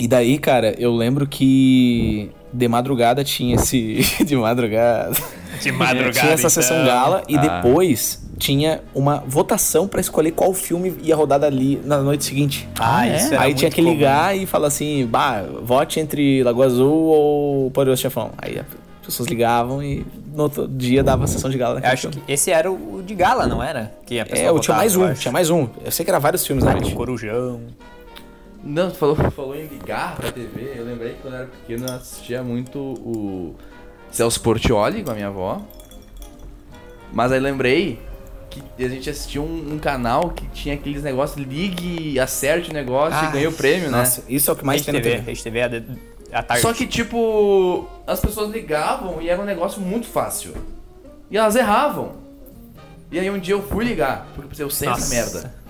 [SPEAKER 1] E daí, cara, eu lembro que de madrugada tinha esse. de madrugada.
[SPEAKER 3] De madrugada.
[SPEAKER 1] Tinha essa sessão
[SPEAKER 3] então.
[SPEAKER 1] gala e
[SPEAKER 2] Ah.
[SPEAKER 1] depois tinha uma votação pra escolher qual filme ia rodar dali na noite seguinte.
[SPEAKER 3] Ah,
[SPEAKER 2] é?
[SPEAKER 3] isso era
[SPEAKER 1] Aí
[SPEAKER 3] muito
[SPEAKER 1] tinha que
[SPEAKER 3] comum.
[SPEAKER 1] ligar e falar assim, bah, vote entre Lagoa Azul ou Poderoso Chefão. Aí as pessoas ligavam e no outro dia dava a sessão de
[SPEAKER 3] Eu
[SPEAKER 1] gala. naquele
[SPEAKER 3] acho
[SPEAKER 1] filme.
[SPEAKER 3] que esse era o de gala, não era? Que a pessoa
[SPEAKER 1] É, eu tinha
[SPEAKER 3] votava,
[SPEAKER 1] mais
[SPEAKER 3] eu
[SPEAKER 1] um,
[SPEAKER 3] acho.
[SPEAKER 1] tinha mais um. Eu sei que era vários filmes, né?
[SPEAKER 3] Ah, tinha o Corujão.
[SPEAKER 2] Não, tu falou, falou em ligar pra TV. Eu lembrei que quando eu era pequeno eu assistia muito o Celso Portioli com a minha avó. Mas aí lembrei que a gente assistiu um, um canal que tinha aqueles negócios, ligue, acerte o negócio
[SPEAKER 3] Ah,
[SPEAKER 2] e ganha o prêmio, né?
[SPEAKER 1] Nossa, isso é o que mais
[SPEAKER 3] Mais
[SPEAKER 1] tem na
[SPEAKER 3] TV. RedeTV
[SPEAKER 1] TV.
[SPEAKER 3] à é de- à tarde.
[SPEAKER 2] Só que, tipo, as pessoas ligavam e era um negócio muito fácil. E elas erravam. E aí um dia eu fui ligar, porque eu pensei, eu sei essa
[SPEAKER 3] Nossa.
[SPEAKER 2] merda.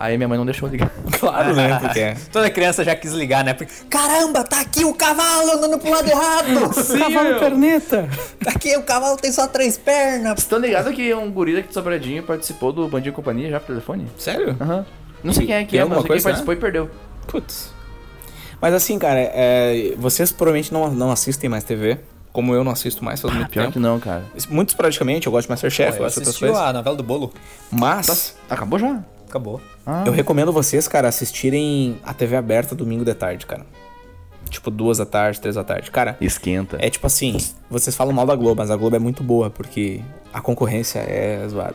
[SPEAKER 2] Aí minha mãe não deixou eu ligar.
[SPEAKER 1] Claro, né? Porque é.
[SPEAKER 3] Toda criança já quis ligar, né? Porque, caramba, tá aqui o cavalo andando pro lado errado!
[SPEAKER 2] Cavalo meu.
[SPEAKER 1] perneta.
[SPEAKER 3] tá aqui, o cavalo tem só três pernas!
[SPEAKER 2] Vocês estão ligados que um gorila aqui de Sobradinho participou do Bandinho e Companhia já por telefone?
[SPEAKER 1] Sério?
[SPEAKER 2] Aham. Não sei quem é que
[SPEAKER 1] Tem
[SPEAKER 2] é,
[SPEAKER 1] alguma
[SPEAKER 2] mas quem
[SPEAKER 1] coisa, né?
[SPEAKER 2] participou e perdeu.
[SPEAKER 1] Putz. Mas assim, cara, é, vocês provavelmente não, não assistem mais TV, como eu não assisto mais faz
[SPEAKER 2] Ah,
[SPEAKER 1] muito tempo.
[SPEAKER 2] não, cara.
[SPEAKER 1] Muito esporadicamente, eu gosto de Masterchef, eu
[SPEAKER 3] eu
[SPEAKER 1] gosto de outras
[SPEAKER 3] assisti
[SPEAKER 1] coisas.
[SPEAKER 3] a novela do bolo.
[SPEAKER 1] Mas
[SPEAKER 2] Acabou já?
[SPEAKER 3] Acabou.
[SPEAKER 2] Ah.
[SPEAKER 1] eu recomendo vocês, cara, assistirem a TV aberta domingo de tarde, cara. Tipo, duas da tarde, três da tarde. Cara,
[SPEAKER 2] Esquenta.
[SPEAKER 1] é tipo assim, vocês falam mal da Globo, mas a Globo é muito boa, porque a concorrência é zoada.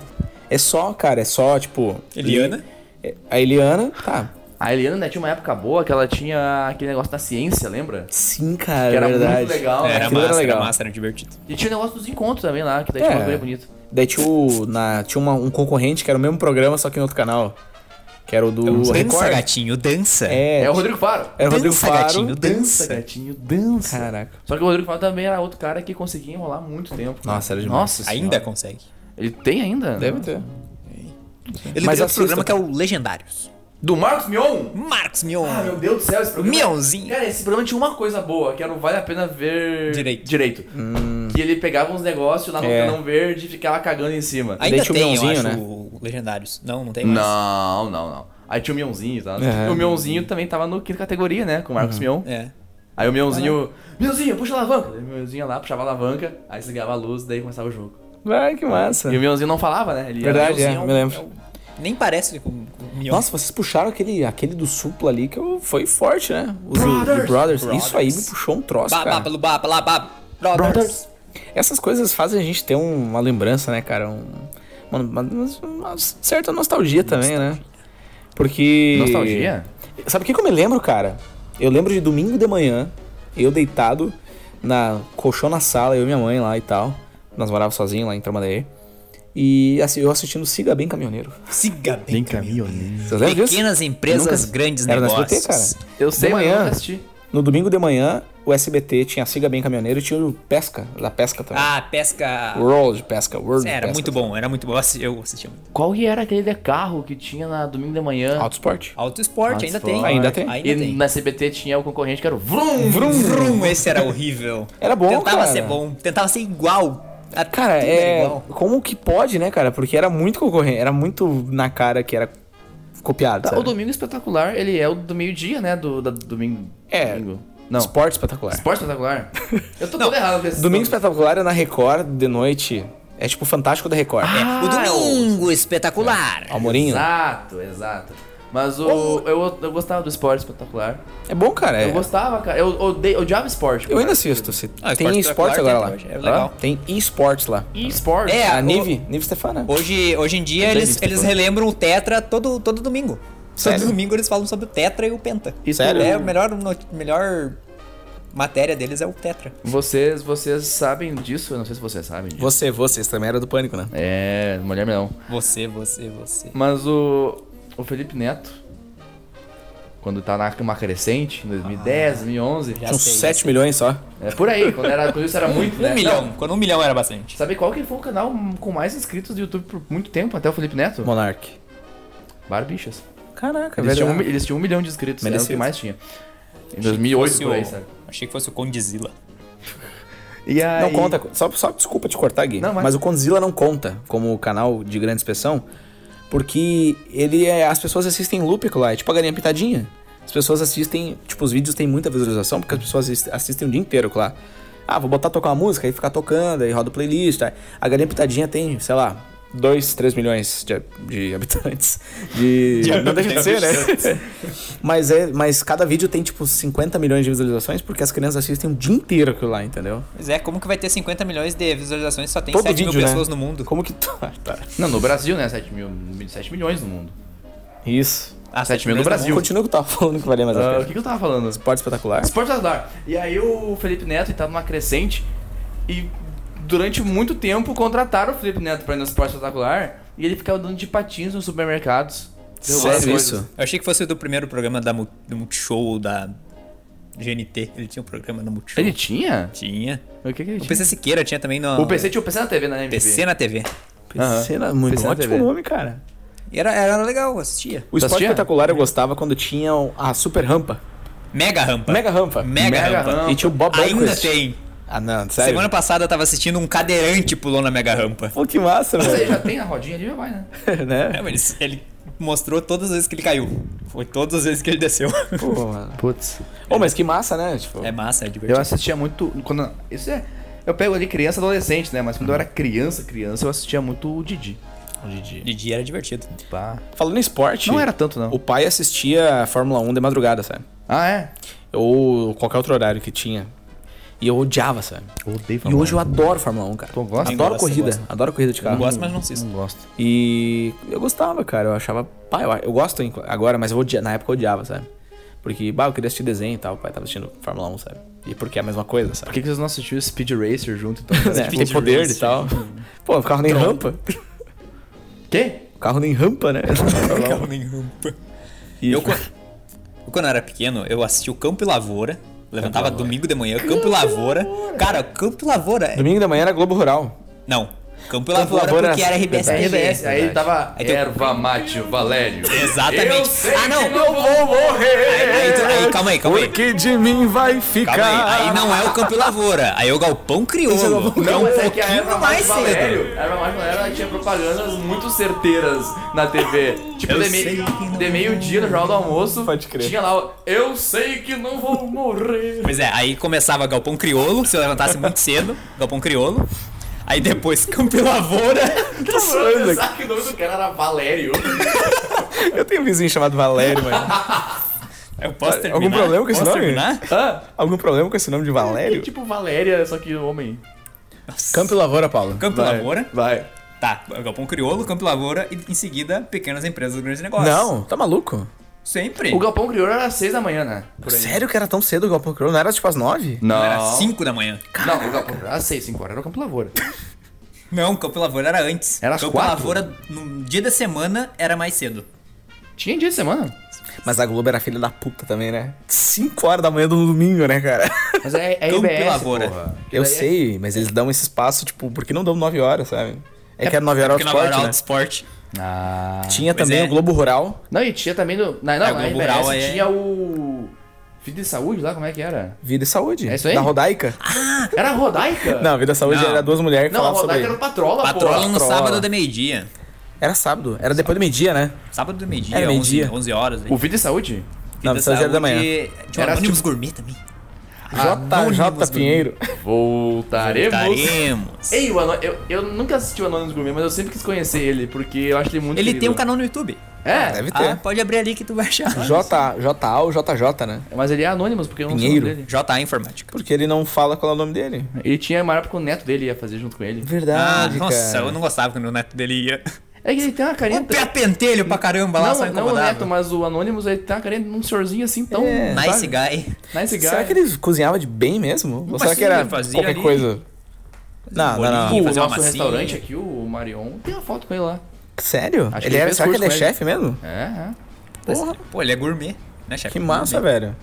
[SPEAKER 1] É só, cara, é só, tipo.
[SPEAKER 3] Eliana?
[SPEAKER 1] É, A Eliana, tá.
[SPEAKER 2] A Eliana né, tinha uma época boa que ela tinha aquele negócio da ciência, lembra?
[SPEAKER 1] Sim, cara,
[SPEAKER 2] Que era
[SPEAKER 1] é
[SPEAKER 2] muito
[SPEAKER 1] verdade.
[SPEAKER 2] legal, né?
[SPEAKER 3] era,
[SPEAKER 1] aquilo
[SPEAKER 3] massa,
[SPEAKER 1] era
[SPEAKER 3] era
[SPEAKER 1] legal.
[SPEAKER 3] massa, era divertido.
[SPEAKER 2] E tinha o negócio dos encontros também lá, que daí tinha
[SPEAKER 1] É.
[SPEAKER 2] uma coisa bonita.
[SPEAKER 1] Daí tinha, o, na, tinha uma- um concorrente que era o mesmo programa, só que em outro canal. Que era o do
[SPEAKER 3] É um dança,
[SPEAKER 1] Record.
[SPEAKER 3] gatinho, dança.
[SPEAKER 1] É,
[SPEAKER 2] É o Rodrigo Faro.
[SPEAKER 1] era
[SPEAKER 3] dança,
[SPEAKER 1] o Rodrigo Faro.
[SPEAKER 3] gatinho, dança.
[SPEAKER 2] gatinho, dança.
[SPEAKER 1] Caraca.
[SPEAKER 2] Só que o Rodrigo Faro também era outro cara que conseguia enrolar muito tempo. né?
[SPEAKER 1] Nossa, era demais.
[SPEAKER 2] Nossa senhora.
[SPEAKER 3] Ainda consegue.
[SPEAKER 2] Ele tem ainda?
[SPEAKER 1] Deve
[SPEAKER 2] Nossa.
[SPEAKER 1] ter.
[SPEAKER 3] Ele
[SPEAKER 1] Mas
[SPEAKER 3] tem outro
[SPEAKER 1] assista,
[SPEAKER 3] programa que é
[SPEAKER 1] cara.
[SPEAKER 3] o Legendários.
[SPEAKER 2] Do Marcos Mion?
[SPEAKER 3] Marcos Mion.
[SPEAKER 2] Ah, meu Deus do céu, esse programa...
[SPEAKER 3] Mionzinho.
[SPEAKER 2] Cara, esse programa tinha uma coisa boa, que era o Vale a Pena Ver...
[SPEAKER 3] Direito.
[SPEAKER 2] Que ele pegava uns negócios lá no
[SPEAKER 1] Hum. É.
[SPEAKER 2] canão verde e ficava cagando em cima.
[SPEAKER 3] Ainda
[SPEAKER 1] Daí tinha o
[SPEAKER 3] tem, eu
[SPEAKER 1] Mionzinho,
[SPEAKER 3] acho,
[SPEAKER 1] né?
[SPEAKER 3] o Legendários. Não, não tem mais.
[SPEAKER 2] Não, não, não. Aí tinha o Mionzinho, tá?
[SPEAKER 1] É. Uhum.
[SPEAKER 2] O Mionzinho também tava no quinta categoria, né? Com o Marcos Mion.
[SPEAKER 3] É.
[SPEAKER 2] Aí o Mionzinho... Mionzinho, puxa a alavanca! Daí o Mionzinho ia lá, puxava a alavanca, aí desligava a luz, daí começava o jogo.
[SPEAKER 1] Vai, que massa.
[SPEAKER 2] E o Mionzinho não falava, né? Ele era
[SPEAKER 1] Verdade, é,
[SPEAKER 2] Mionzinho,
[SPEAKER 1] me lembro.
[SPEAKER 3] Nem parece com com o Mion.
[SPEAKER 1] Nossa, vocês puxaram aquele, aquele do supla ali que eu- foi forte, né? Os
[SPEAKER 2] Brothers.
[SPEAKER 1] The Brothers.
[SPEAKER 3] Brothers.
[SPEAKER 1] Isso aí me puxou um troço,
[SPEAKER 3] Ba, ba,
[SPEAKER 1] cara.
[SPEAKER 3] ba, ba, ba, ba, Brothers.
[SPEAKER 1] Essas coisas fazem a gente ter um- uma lembrança, né, cara? Um, mano, uma, uma certa nostalgia também, né? Porque...
[SPEAKER 2] Nostalgia?
[SPEAKER 1] Sabe o que, que eu me lembro, cara? Eu lembro de domingo de manhã, eu deitado na colchão na sala, eu e minha mãe lá e tal. Nós morávamos sozinhos lá em Tramandaí. E assim, eu assistindo Siga Bem Caminhoneiro.
[SPEAKER 3] Siga bem, caminho.
[SPEAKER 1] Vocês lembram disso?
[SPEAKER 3] Pequenas empresas,
[SPEAKER 1] Nunca-
[SPEAKER 3] grandes
[SPEAKER 1] Era no SBT,
[SPEAKER 3] negócios.
[SPEAKER 1] cara.
[SPEAKER 2] Eu sei,
[SPEAKER 1] De
[SPEAKER 2] mas eu
[SPEAKER 1] manhã.
[SPEAKER 2] nunca assisti.
[SPEAKER 1] No domingo de manhã, o SBT tinha Siga Bem Caminhoneiro e tinha o Pesca, da Pesca também.
[SPEAKER 3] Ah, pesca.
[SPEAKER 1] World Pesca, World
[SPEAKER 3] Era
[SPEAKER 1] Pesca.
[SPEAKER 3] muito bom, era muito bom. Eu assisti- Eu assistia muito.
[SPEAKER 2] Qual que era aquele de carro que tinha na domingo de manhã?
[SPEAKER 1] Alto esporte.
[SPEAKER 3] Auto Esporte,
[SPEAKER 2] Auto
[SPEAKER 3] ainda
[SPEAKER 2] Esporte.
[SPEAKER 3] tem.
[SPEAKER 1] Ainda tem.
[SPEAKER 3] Ainda
[SPEAKER 2] e
[SPEAKER 3] tem.
[SPEAKER 2] na CBT tinha o concorrente que era o Vrum!
[SPEAKER 3] Vrum, vrum, esse era horrível.
[SPEAKER 1] Era bom,
[SPEAKER 3] Tentava
[SPEAKER 1] cara.
[SPEAKER 3] ser bom, tentava ser igual. A-
[SPEAKER 1] Cara,
[SPEAKER 3] tudo era
[SPEAKER 1] é.
[SPEAKER 3] igual.
[SPEAKER 1] Como que pode, né, cara? Porque era muito concorrente, era muito na cara que era copiado.
[SPEAKER 2] O
[SPEAKER 1] Sabe?
[SPEAKER 2] domingo espetacular, ele é o do meio-dia, né? Do da- domingo.
[SPEAKER 1] É.
[SPEAKER 2] Domingo. Não. Esporte,
[SPEAKER 1] Esporte espetacular.
[SPEAKER 2] espetacular? Eu tô todo errado nesse.
[SPEAKER 1] Domingo espetacular é na Record de noite. É tipo o Fantástico da Record. É,
[SPEAKER 3] O
[SPEAKER 1] Ah,
[SPEAKER 3] domingo espetacular.
[SPEAKER 1] Almorinho.
[SPEAKER 2] Ah, Exato, exato. Mas o. Eu, eu gostava do esporte espetacular.
[SPEAKER 1] É bom, cara. é.
[SPEAKER 2] Eu gostava, cara. Eu odeio, odiava esporte.
[SPEAKER 1] Eu ainda
[SPEAKER 2] cara.
[SPEAKER 1] assisto. se-
[SPEAKER 3] Ah,
[SPEAKER 1] tem
[SPEAKER 3] espetacular
[SPEAKER 1] esportes agora
[SPEAKER 3] tem
[SPEAKER 1] lá.
[SPEAKER 3] hoje, é legal.
[SPEAKER 1] Hã? Tem esportes lá.
[SPEAKER 2] E esporte.
[SPEAKER 3] É,
[SPEAKER 1] A
[SPEAKER 3] o-
[SPEAKER 1] Nive, Nive Stefana.
[SPEAKER 3] Hoje, hoje em dia
[SPEAKER 2] Não
[SPEAKER 3] eles,
[SPEAKER 2] existe,
[SPEAKER 3] eles
[SPEAKER 2] pô.
[SPEAKER 3] relembram o Tetra todo, todo domingo.
[SPEAKER 1] Sério?
[SPEAKER 3] Todo domingo eles falam sobre o Tetra e o Penta.
[SPEAKER 2] E tu-
[SPEAKER 1] Sério?
[SPEAKER 3] É, a melhor, not- melhor matéria deles é o Tetra.
[SPEAKER 2] Vocês, vocês sabem disso? Eu não sei se vocês sabem disso.
[SPEAKER 1] Você, vocês também era do Pânico, né?
[SPEAKER 2] É, mulher não.
[SPEAKER 3] Você, você, você.
[SPEAKER 2] Mas o, o Felipe Neto, quando tá na uma crescente, em 2010, 2011,
[SPEAKER 3] Ah, Já
[SPEAKER 1] Tinha uns
[SPEAKER 3] sei, já
[SPEAKER 1] 7 milhões só.
[SPEAKER 2] é por aí, quando, era, quando isso era muito,
[SPEAKER 3] Um
[SPEAKER 2] né?
[SPEAKER 3] milhão.
[SPEAKER 2] Não,
[SPEAKER 3] Quando um milhão era bastante.
[SPEAKER 2] sabe qual que foi o canal com mais inscritos do YouTube por muito tempo, até o Felipe Neto?
[SPEAKER 1] Monark.
[SPEAKER 2] Barbichas.
[SPEAKER 1] Caraca, é
[SPEAKER 2] Eles tinham, um,
[SPEAKER 1] verdade.
[SPEAKER 2] mi- eles tinham um milhão de inscritos, era o que
[SPEAKER 1] Merecido.
[SPEAKER 2] mais tinha. Em 2008,
[SPEAKER 3] Fosse
[SPEAKER 2] por aí,
[SPEAKER 3] o-
[SPEAKER 2] sabe?
[SPEAKER 3] Achei que fosse o Condizila.
[SPEAKER 2] E aí...
[SPEAKER 1] Não conta, só, só desculpa te cortar, Gui,
[SPEAKER 2] Não, vai.
[SPEAKER 1] mas... o Condzilla não conta como canal de grande inspeção, porque ele é, as pessoas assistem Lúpico lá, é tipo a galinha pitadinha. As pessoas assistem, tipo, os vídeos têm muita visualização, porque as pessoas assist- assistem o dia inteiro lá. Ah, vou botar tocar uma música, aí ficar tocando, aí roda playlist. tá? A galinha pitadinha tem, sei lá, 2, 3 milhões de, de habitantes. De,
[SPEAKER 3] De
[SPEAKER 1] não deixa de ser,
[SPEAKER 3] habitantes.
[SPEAKER 1] né? mas, é, mas cada vídeo tem, tipo, 50 milhões de visualizações, porque as crianças assistem o dia inteiro aquilo lá, entendeu?
[SPEAKER 3] Pois é, como que vai ter 50 milhões de visualizações se só tem
[SPEAKER 1] Todo
[SPEAKER 3] 7 mil
[SPEAKER 1] vídeo, né?
[SPEAKER 3] pessoas no mundo?
[SPEAKER 1] Como que tu. Ah, tá.
[SPEAKER 2] Não, no Brasil, né? 7, mil, 7 milhões no mundo.
[SPEAKER 1] Isso.
[SPEAKER 3] Ah,
[SPEAKER 2] 7 mil no
[SPEAKER 3] milhões
[SPEAKER 2] Brasil.
[SPEAKER 1] Continua o que eu tava falando que valia mais a
[SPEAKER 2] Ah, o
[SPEAKER 1] pena.
[SPEAKER 2] que, que eu tava falando?
[SPEAKER 1] Esporte espetacular.
[SPEAKER 2] Esporte Espetacular. E aí o Felipe Neto ele tá numa crescente e durante muito tempo contrataram o Felipe Neto pra ir no Esporte Espetacular e ele ficava dando de patins nos supermercados. derrubando as
[SPEAKER 1] Sério
[SPEAKER 2] coisas.
[SPEAKER 1] isso?
[SPEAKER 3] Eu achei que fosse do primeiro programa da, Mu- do Multishow ou da GNT. Ele tinha um programa no Multishow.
[SPEAKER 2] Ele tinha?
[SPEAKER 3] tinha.
[SPEAKER 2] O que que ele
[SPEAKER 3] O
[SPEAKER 2] tinha?
[SPEAKER 3] PC Siqueira tinha também no.
[SPEAKER 2] O PC tinha o PC na né, TV, na MTV.
[SPEAKER 3] PC na TV.
[SPEAKER 2] Aham.
[SPEAKER 1] Cena muito
[SPEAKER 2] Pensei na
[SPEAKER 1] ótimo
[SPEAKER 2] TV.
[SPEAKER 1] nome, cara.
[SPEAKER 3] E Era, era legal, eu Tá assistia.
[SPEAKER 1] O
[SPEAKER 2] Tá
[SPEAKER 1] esporte
[SPEAKER 2] assistindo?
[SPEAKER 1] espetacular eu gostava quando tinha a super rampa.
[SPEAKER 3] Mega Rampa.
[SPEAKER 1] Mega rampa.
[SPEAKER 3] Mega,
[SPEAKER 2] Mega
[SPEAKER 3] Rampa.
[SPEAKER 2] Rampa.
[SPEAKER 1] E tinha o Bob
[SPEAKER 3] Ainda
[SPEAKER 1] Burnquist.
[SPEAKER 3] tem.
[SPEAKER 1] Ah, não, sério.
[SPEAKER 3] Semana passada eu tava assistindo um cadeirante pulou na Mega Rampa.
[SPEAKER 1] Pô, que massa,
[SPEAKER 2] Mas aí
[SPEAKER 1] velho.
[SPEAKER 2] já tem a rodinha ali, já vai, né?
[SPEAKER 1] né?
[SPEAKER 3] É, mas ele, ele mostrou todas as vezes que ele caiu. Foi todas as vezes que ele desceu.
[SPEAKER 1] Pô, mano.
[SPEAKER 2] Putz.
[SPEAKER 1] Ô, mas que massa, né? Tipo,
[SPEAKER 3] É massa, é divertido.
[SPEAKER 2] Eu assistia muito. Quando, isso é. Eu pego ali criança adolescente, né? Mas quando eu era criança, criança, eu assistia muito o Didi. O Didi.
[SPEAKER 3] De dia era divertido.
[SPEAKER 2] Pá.
[SPEAKER 1] falando em esporte,
[SPEAKER 2] Não era tanto, não.
[SPEAKER 1] o pai assistia a Fórmula 1 de madrugada, sabe?
[SPEAKER 2] Ah, é?
[SPEAKER 1] Ou qualquer outro horário que tinha. E eu odiava, sabe?
[SPEAKER 2] Eu odeio
[SPEAKER 1] E hoje eu adoro Fórmula 1, cara.
[SPEAKER 2] Tu gosta?
[SPEAKER 1] Adoro
[SPEAKER 3] Gosta,
[SPEAKER 1] corrida.
[SPEAKER 3] gosta.
[SPEAKER 1] Adoro corrida de
[SPEAKER 3] Eu
[SPEAKER 1] carro.
[SPEAKER 3] gosto, mas não assisto.
[SPEAKER 2] Não gosto.
[SPEAKER 1] E eu gostava, cara. Eu achava. Pai, eu, eu gosto inc- agora, mas eu odia, na época eu odiava, sabe? Porque, bah, eu queria assistir desenho e tal. O pai tava assistindo Fórmula 1, sabe? E porque é a mesma coisa,
[SPEAKER 2] Por
[SPEAKER 1] sabe?
[SPEAKER 2] que, que vocês não assistiram Speed Racer junto, então?
[SPEAKER 1] Né? Tem poder e tal. Pô, o carro nem rampa.
[SPEAKER 2] Quê?
[SPEAKER 1] O carro nem rampa, né?
[SPEAKER 3] Carro nem rampa.
[SPEAKER 1] E,
[SPEAKER 3] Eu, quan- eu, quando eu era pequeno, eu assistia o Campo e Lavoura. Levantava domingo de manhã, Campo e Lavoura. Cara, Campo e Lavoura. é-
[SPEAKER 1] Domingo da manhã era Globo Rural.
[SPEAKER 3] Não. Campo e
[SPEAKER 1] Campo e
[SPEAKER 3] Lavoura,
[SPEAKER 1] Lavoura
[SPEAKER 3] porque era
[SPEAKER 1] era-
[SPEAKER 3] RBS.
[SPEAKER 1] É
[SPEAKER 2] RBS, aí
[SPEAKER 1] verdade.
[SPEAKER 2] tava
[SPEAKER 3] Aí tem-
[SPEAKER 2] erva mate Valério.
[SPEAKER 3] Exatamente.
[SPEAKER 2] Eu sei
[SPEAKER 3] Ah, não.
[SPEAKER 2] que não vou morrer.
[SPEAKER 3] Aí, então, aí, calma aí, calma aí.
[SPEAKER 1] que de mim vai ficar?
[SPEAKER 3] Calma aí. Aí não é o Campo e Lavoura. Aí é o Galpão
[SPEAKER 1] Esse é o
[SPEAKER 3] Crioulo.
[SPEAKER 1] Galpão
[SPEAKER 3] que é um
[SPEAKER 2] Não, mas é que a
[SPEAKER 3] pouquinho
[SPEAKER 2] erva
[SPEAKER 3] mais
[SPEAKER 2] mate
[SPEAKER 3] cedo.
[SPEAKER 2] Valério. A erva mate Valério ela tinha propagandas muito certeiras na TV. Tipo,
[SPEAKER 3] Eu
[SPEAKER 2] de,
[SPEAKER 3] sei
[SPEAKER 2] meio-
[SPEAKER 3] que não
[SPEAKER 2] de meio-dia no Jornal do Almoço.
[SPEAKER 1] Pode crer.
[SPEAKER 2] Tinha lá o Eu sei que não vou morrer.
[SPEAKER 3] Pois é, aí começava Galpão Crioulo, se eu levantasse muito cedo, Galpão Crioulo. Aí depois Campo e Lavoura.
[SPEAKER 2] Tá
[SPEAKER 1] sonhando
[SPEAKER 2] pensar que o nome do cara era Valério.
[SPEAKER 1] Eu tenho um vizinho chamado Valério, mano.
[SPEAKER 3] É, Eu posso terminar?
[SPEAKER 1] Algum problema com esse
[SPEAKER 3] Posso
[SPEAKER 1] nome?
[SPEAKER 3] terminar?
[SPEAKER 2] Hã?
[SPEAKER 1] Algum problema com esse nome de
[SPEAKER 2] É
[SPEAKER 1] Valério?
[SPEAKER 2] tipo Valéria, só que homem.
[SPEAKER 1] Campo e Lavoura, Paulo.
[SPEAKER 3] Campo e
[SPEAKER 2] Vai,
[SPEAKER 3] Lavoura.
[SPEAKER 2] Vai.
[SPEAKER 3] Tá, Galpão Crioulo, Campo e Lavoura e em seguida pequenas empresas, grandes negócios.
[SPEAKER 1] Não, tá maluco?
[SPEAKER 3] Sempre.
[SPEAKER 2] O Galpão Crioulo era às 6 da manhã, né? Por aí.
[SPEAKER 1] Sério que era tão cedo o Galpão Crioulo? Não era tipo às nove?
[SPEAKER 3] Não, era 5 da manhã.
[SPEAKER 2] Não, o Galpão Crioulo era às 6, 5 horas. Era o Campo Lavoura.
[SPEAKER 3] Não, Campo e Lavoura era antes.
[SPEAKER 2] Era às
[SPEAKER 3] Campo e
[SPEAKER 2] quatro?
[SPEAKER 3] Lavoura, no dia da semana, era mais cedo.
[SPEAKER 2] Tinha dia de semana.
[SPEAKER 1] Mas a Globo era filha da puta também, né? 5 horas da manhã do domingo, né, cara?
[SPEAKER 2] Mas é, é
[SPEAKER 3] Campo e
[SPEAKER 2] IBS,
[SPEAKER 3] Lavoura.
[SPEAKER 2] porra. Que
[SPEAKER 1] Eu
[SPEAKER 2] daí é-
[SPEAKER 1] sei, mas eles dão esse espaço, tipo, porque não dão 9 horas, sabe? É que era 9 horas
[SPEAKER 3] Porque na
[SPEAKER 1] o
[SPEAKER 3] hora
[SPEAKER 1] esporte,
[SPEAKER 3] era
[SPEAKER 1] né?
[SPEAKER 3] alto esporte.
[SPEAKER 2] Ah.
[SPEAKER 1] Tinha
[SPEAKER 3] Pois
[SPEAKER 1] também
[SPEAKER 3] é.
[SPEAKER 1] o Globo Rural,
[SPEAKER 2] Não, e tinha também no. Não, não,
[SPEAKER 3] É, o
[SPEAKER 2] na
[SPEAKER 3] Globo
[SPEAKER 2] RBS
[SPEAKER 3] Rural é-
[SPEAKER 2] tinha o. Vida e Saúde lá, como é que era?
[SPEAKER 1] Vida e Saúde.
[SPEAKER 2] É isso aí?
[SPEAKER 1] Da Rodaica.
[SPEAKER 2] Era a Rodaica?
[SPEAKER 1] Não, Vida e Saúde
[SPEAKER 3] Não.
[SPEAKER 1] era duas mulheres que
[SPEAKER 2] não a
[SPEAKER 1] falavam sobre
[SPEAKER 2] Rodaica era
[SPEAKER 1] ele.
[SPEAKER 2] o Patrola,
[SPEAKER 3] Patrola no
[SPEAKER 1] patrola.
[SPEAKER 3] Tá sábado da meio-dia.
[SPEAKER 1] Era sábado, era depois do meio-dia, né?
[SPEAKER 3] Sábado do meio-dia,
[SPEAKER 1] Era
[SPEAKER 3] 11,
[SPEAKER 1] meio-dia.
[SPEAKER 3] 11 horas. né?
[SPEAKER 2] porra. O Vida e Saúde?
[SPEAKER 1] Não,
[SPEAKER 3] da
[SPEAKER 1] Vida e Saúde era da manhã.
[SPEAKER 3] Saúde, Tinha um
[SPEAKER 2] Era tipo-
[SPEAKER 3] Anônimos Gourmet também. Anônimos
[SPEAKER 1] JJ Pinheiro.
[SPEAKER 2] Ah, Voltaremos.
[SPEAKER 3] Voltaremos.
[SPEAKER 2] Ei, o Ano... eu, eu nunca assisti o Anonymous Gourmet, mas eu sempre quis conhecer ele, porque eu acho ele muito
[SPEAKER 3] Ele tem
[SPEAKER 2] querido.
[SPEAKER 3] um canal no YouTube.
[SPEAKER 2] É,
[SPEAKER 1] Deve
[SPEAKER 3] Ah,
[SPEAKER 1] ter.
[SPEAKER 3] pode abrir ali que tu vai achar.
[SPEAKER 1] J, JA ou JJ, né?
[SPEAKER 2] mas ele é anônimo, porque eu não
[SPEAKER 1] Pinheiro.
[SPEAKER 2] sei o nome dele.
[SPEAKER 3] JA Informática.
[SPEAKER 1] Porque ele não fala qual é o nome dele.
[SPEAKER 2] Ele tinha uma época que o neto dele ia fazer junto com ele.
[SPEAKER 3] Ah,
[SPEAKER 1] Verdade,
[SPEAKER 3] nossa,
[SPEAKER 1] cara.
[SPEAKER 3] eu não gostava quando o neto dele ia.
[SPEAKER 2] É que ele tem uma carinha...
[SPEAKER 3] O pé pentelho pra caramba lá, só
[SPEAKER 2] Não, não o
[SPEAKER 3] incomodava.
[SPEAKER 2] neto, mas o Anonymous, ele tem uma carinha de um senhorzinho assim tão...
[SPEAKER 1] É.
[SPEAKER 2] sabe?
[SPEAKER 3] Nice guy.
[SPEAKER 2] Nice guy.
[SPEAKER 1] Será que eles cozinhavam de bem mesmo? Ou será
[SPEAKER 3] fazia,
[SPEAKER 1] que era
[SPEAKER 3] fazia
[SPEAKER 1] qualquer
[SPEAKER 3] ali.
[SPEAKER 1] coisa? Não, não, não.
[SPEAKER 3] Bolinho.
[SPEAKER 2] O
[SPEAKER 3] fazer uma
[SPEAKER 2] nosso
[SPEAKER 3] massinha.
[SPEAKER 2] restaurante aqui, o Marion, tem uma foto com ele lá.
[SPEAKER 1] Sério?
[SPEAKER 2] Acho que
[SPEAKER 1] ele
[SPEAKER 2] ele
[SPEAKER 1] era,
[SPEAKER 2] fez
[SPEAKER 1] será que ele é
[SPEAKER 2] curso com ele.
[SPEAKER 1] chefe mesmo?
[SPEAKER 2] É, é.
[SPEAKER 1] Porra.
[SPEAKER 3] Pô, ele é gourmet, né, chefe?
[SPEAKER 1] Que massa, velho.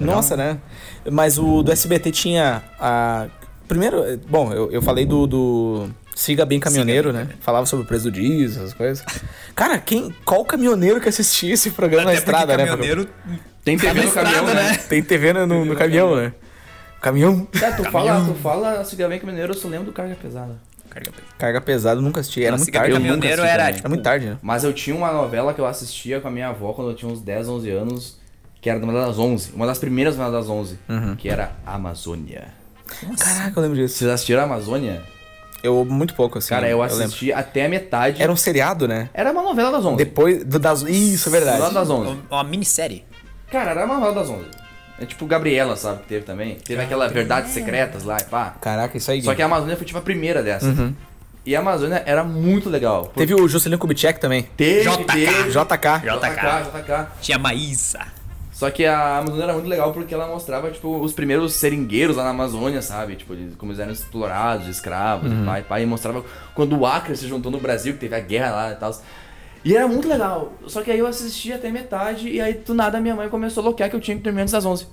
[SPEAKER 1] Nossa, né? Mas o do SBT tinha a. Primeiro, eh, bom, eu, eu falei do, do Siga bem caminhoneiro, né? Falava sobre o preço do diesel, essas coisas. Cara, quem, qual caminhoneiro que assistia esse programa na
[SPEAKER 3] Até porque
[SPEAKER 1] estrada, né?
[SPEAKER 3] caminhoneiro
[SPEAKER 2] Tem TV
[SPEAKER 3] na
[SPEAKER 2] no caminhão,
[SPEAKER 3] estrada,
[SPEAKER 2] né?
[SPEAKER 3] né?
[SPEAKER 1] Tem TV no, no, no caminhão, né? Caminhão.
[SPEAKER 2] Cara, É, tu fala, tu fala Siga Bem Caminhoneiro, eu só lembro do é Carga Pesada.
[SPEAKER 3] Carga pesada.
[SPEAKER 1] Carga pesada, eu nunca assisti. Era
[SPEAKER 3] Nossa,
[SPEAKER 1] muito
[SPEAKER 3] Siga Bem
[SPEAKER 1] tarde. eu nunca
[SPEAKER 3] Caminhoneiro
[SPEAKER 1] assisti
[SPEAKER 3] era,
[SPEAKER 1] também.
[SPEAKER 3] tipo,
[SPEAKER 1] muito tarde, né?
[SPEAKER 2] Mas eu tinha uma novela que eu assistia com a minha avó quando eu tinha uns 10, 11 anos, que era uma das 11, uma das primeiras novelas das 11, que era Amazônia.
[SPEAKER 1] Caraca, eu lembro disso.
[SPEAKER 2] Vocês assistiram a Amazônia?
[SPEAKER 1] Eu muito pouco, assim.
[SPEAKER 2] Cara, eu
[SPEAKER 1] lembro.
[SPEAKER 2] assisti até a metade.
[SPEAKER 1] Era um seriado, né?
[SPEAKER 2] Era uma novela das 11.
[SPEAKER 1] Depois do, das. Isso, é verdade.
[SPEAKER 2] Novela das 11.
[SPEAKER 3] Uma minissérie.
[SPEAKER 2] Cara, era uma novela das 11. É tipo Gabriela, sabe, que teve também. Teve aquela Verdades Secretas lá e pá.
[SPEAKER 1] Caraca, isso aí.
[SPEAKER 2] Só que a Amazônia foi tipo a primeira dessas. E a Amazônia era muito legal. porque
[SPEAKER 1] Teve o Juscelino Kubitschek também.
[SPEAKER 2] Teve,
[SPEAKER 3] JK.
[SPEAKER 2] teve-
[SPEAKER 1] JK.
[SPEAKER 3] JK.
[SPEAKER 2] JK, JK.
[SPEAKER 3] Tinha Maísa.
[SPEAKER 2] Só que a Amazônia era muito legal porque ela mostrava, tipo, os primeiros seringueiros lá na Amazônia, sabe? Tipo, eles, como eles eram explorados, escravos, e pai, pai. E mostrava quando o Acre se juntou no Brasil, que teve a guerra lá e tal. E era muito legal. Só que aí eu assisti até metade e aí, do nada, minha mãe começou a loquear que eu tinha que terminar antes das 11.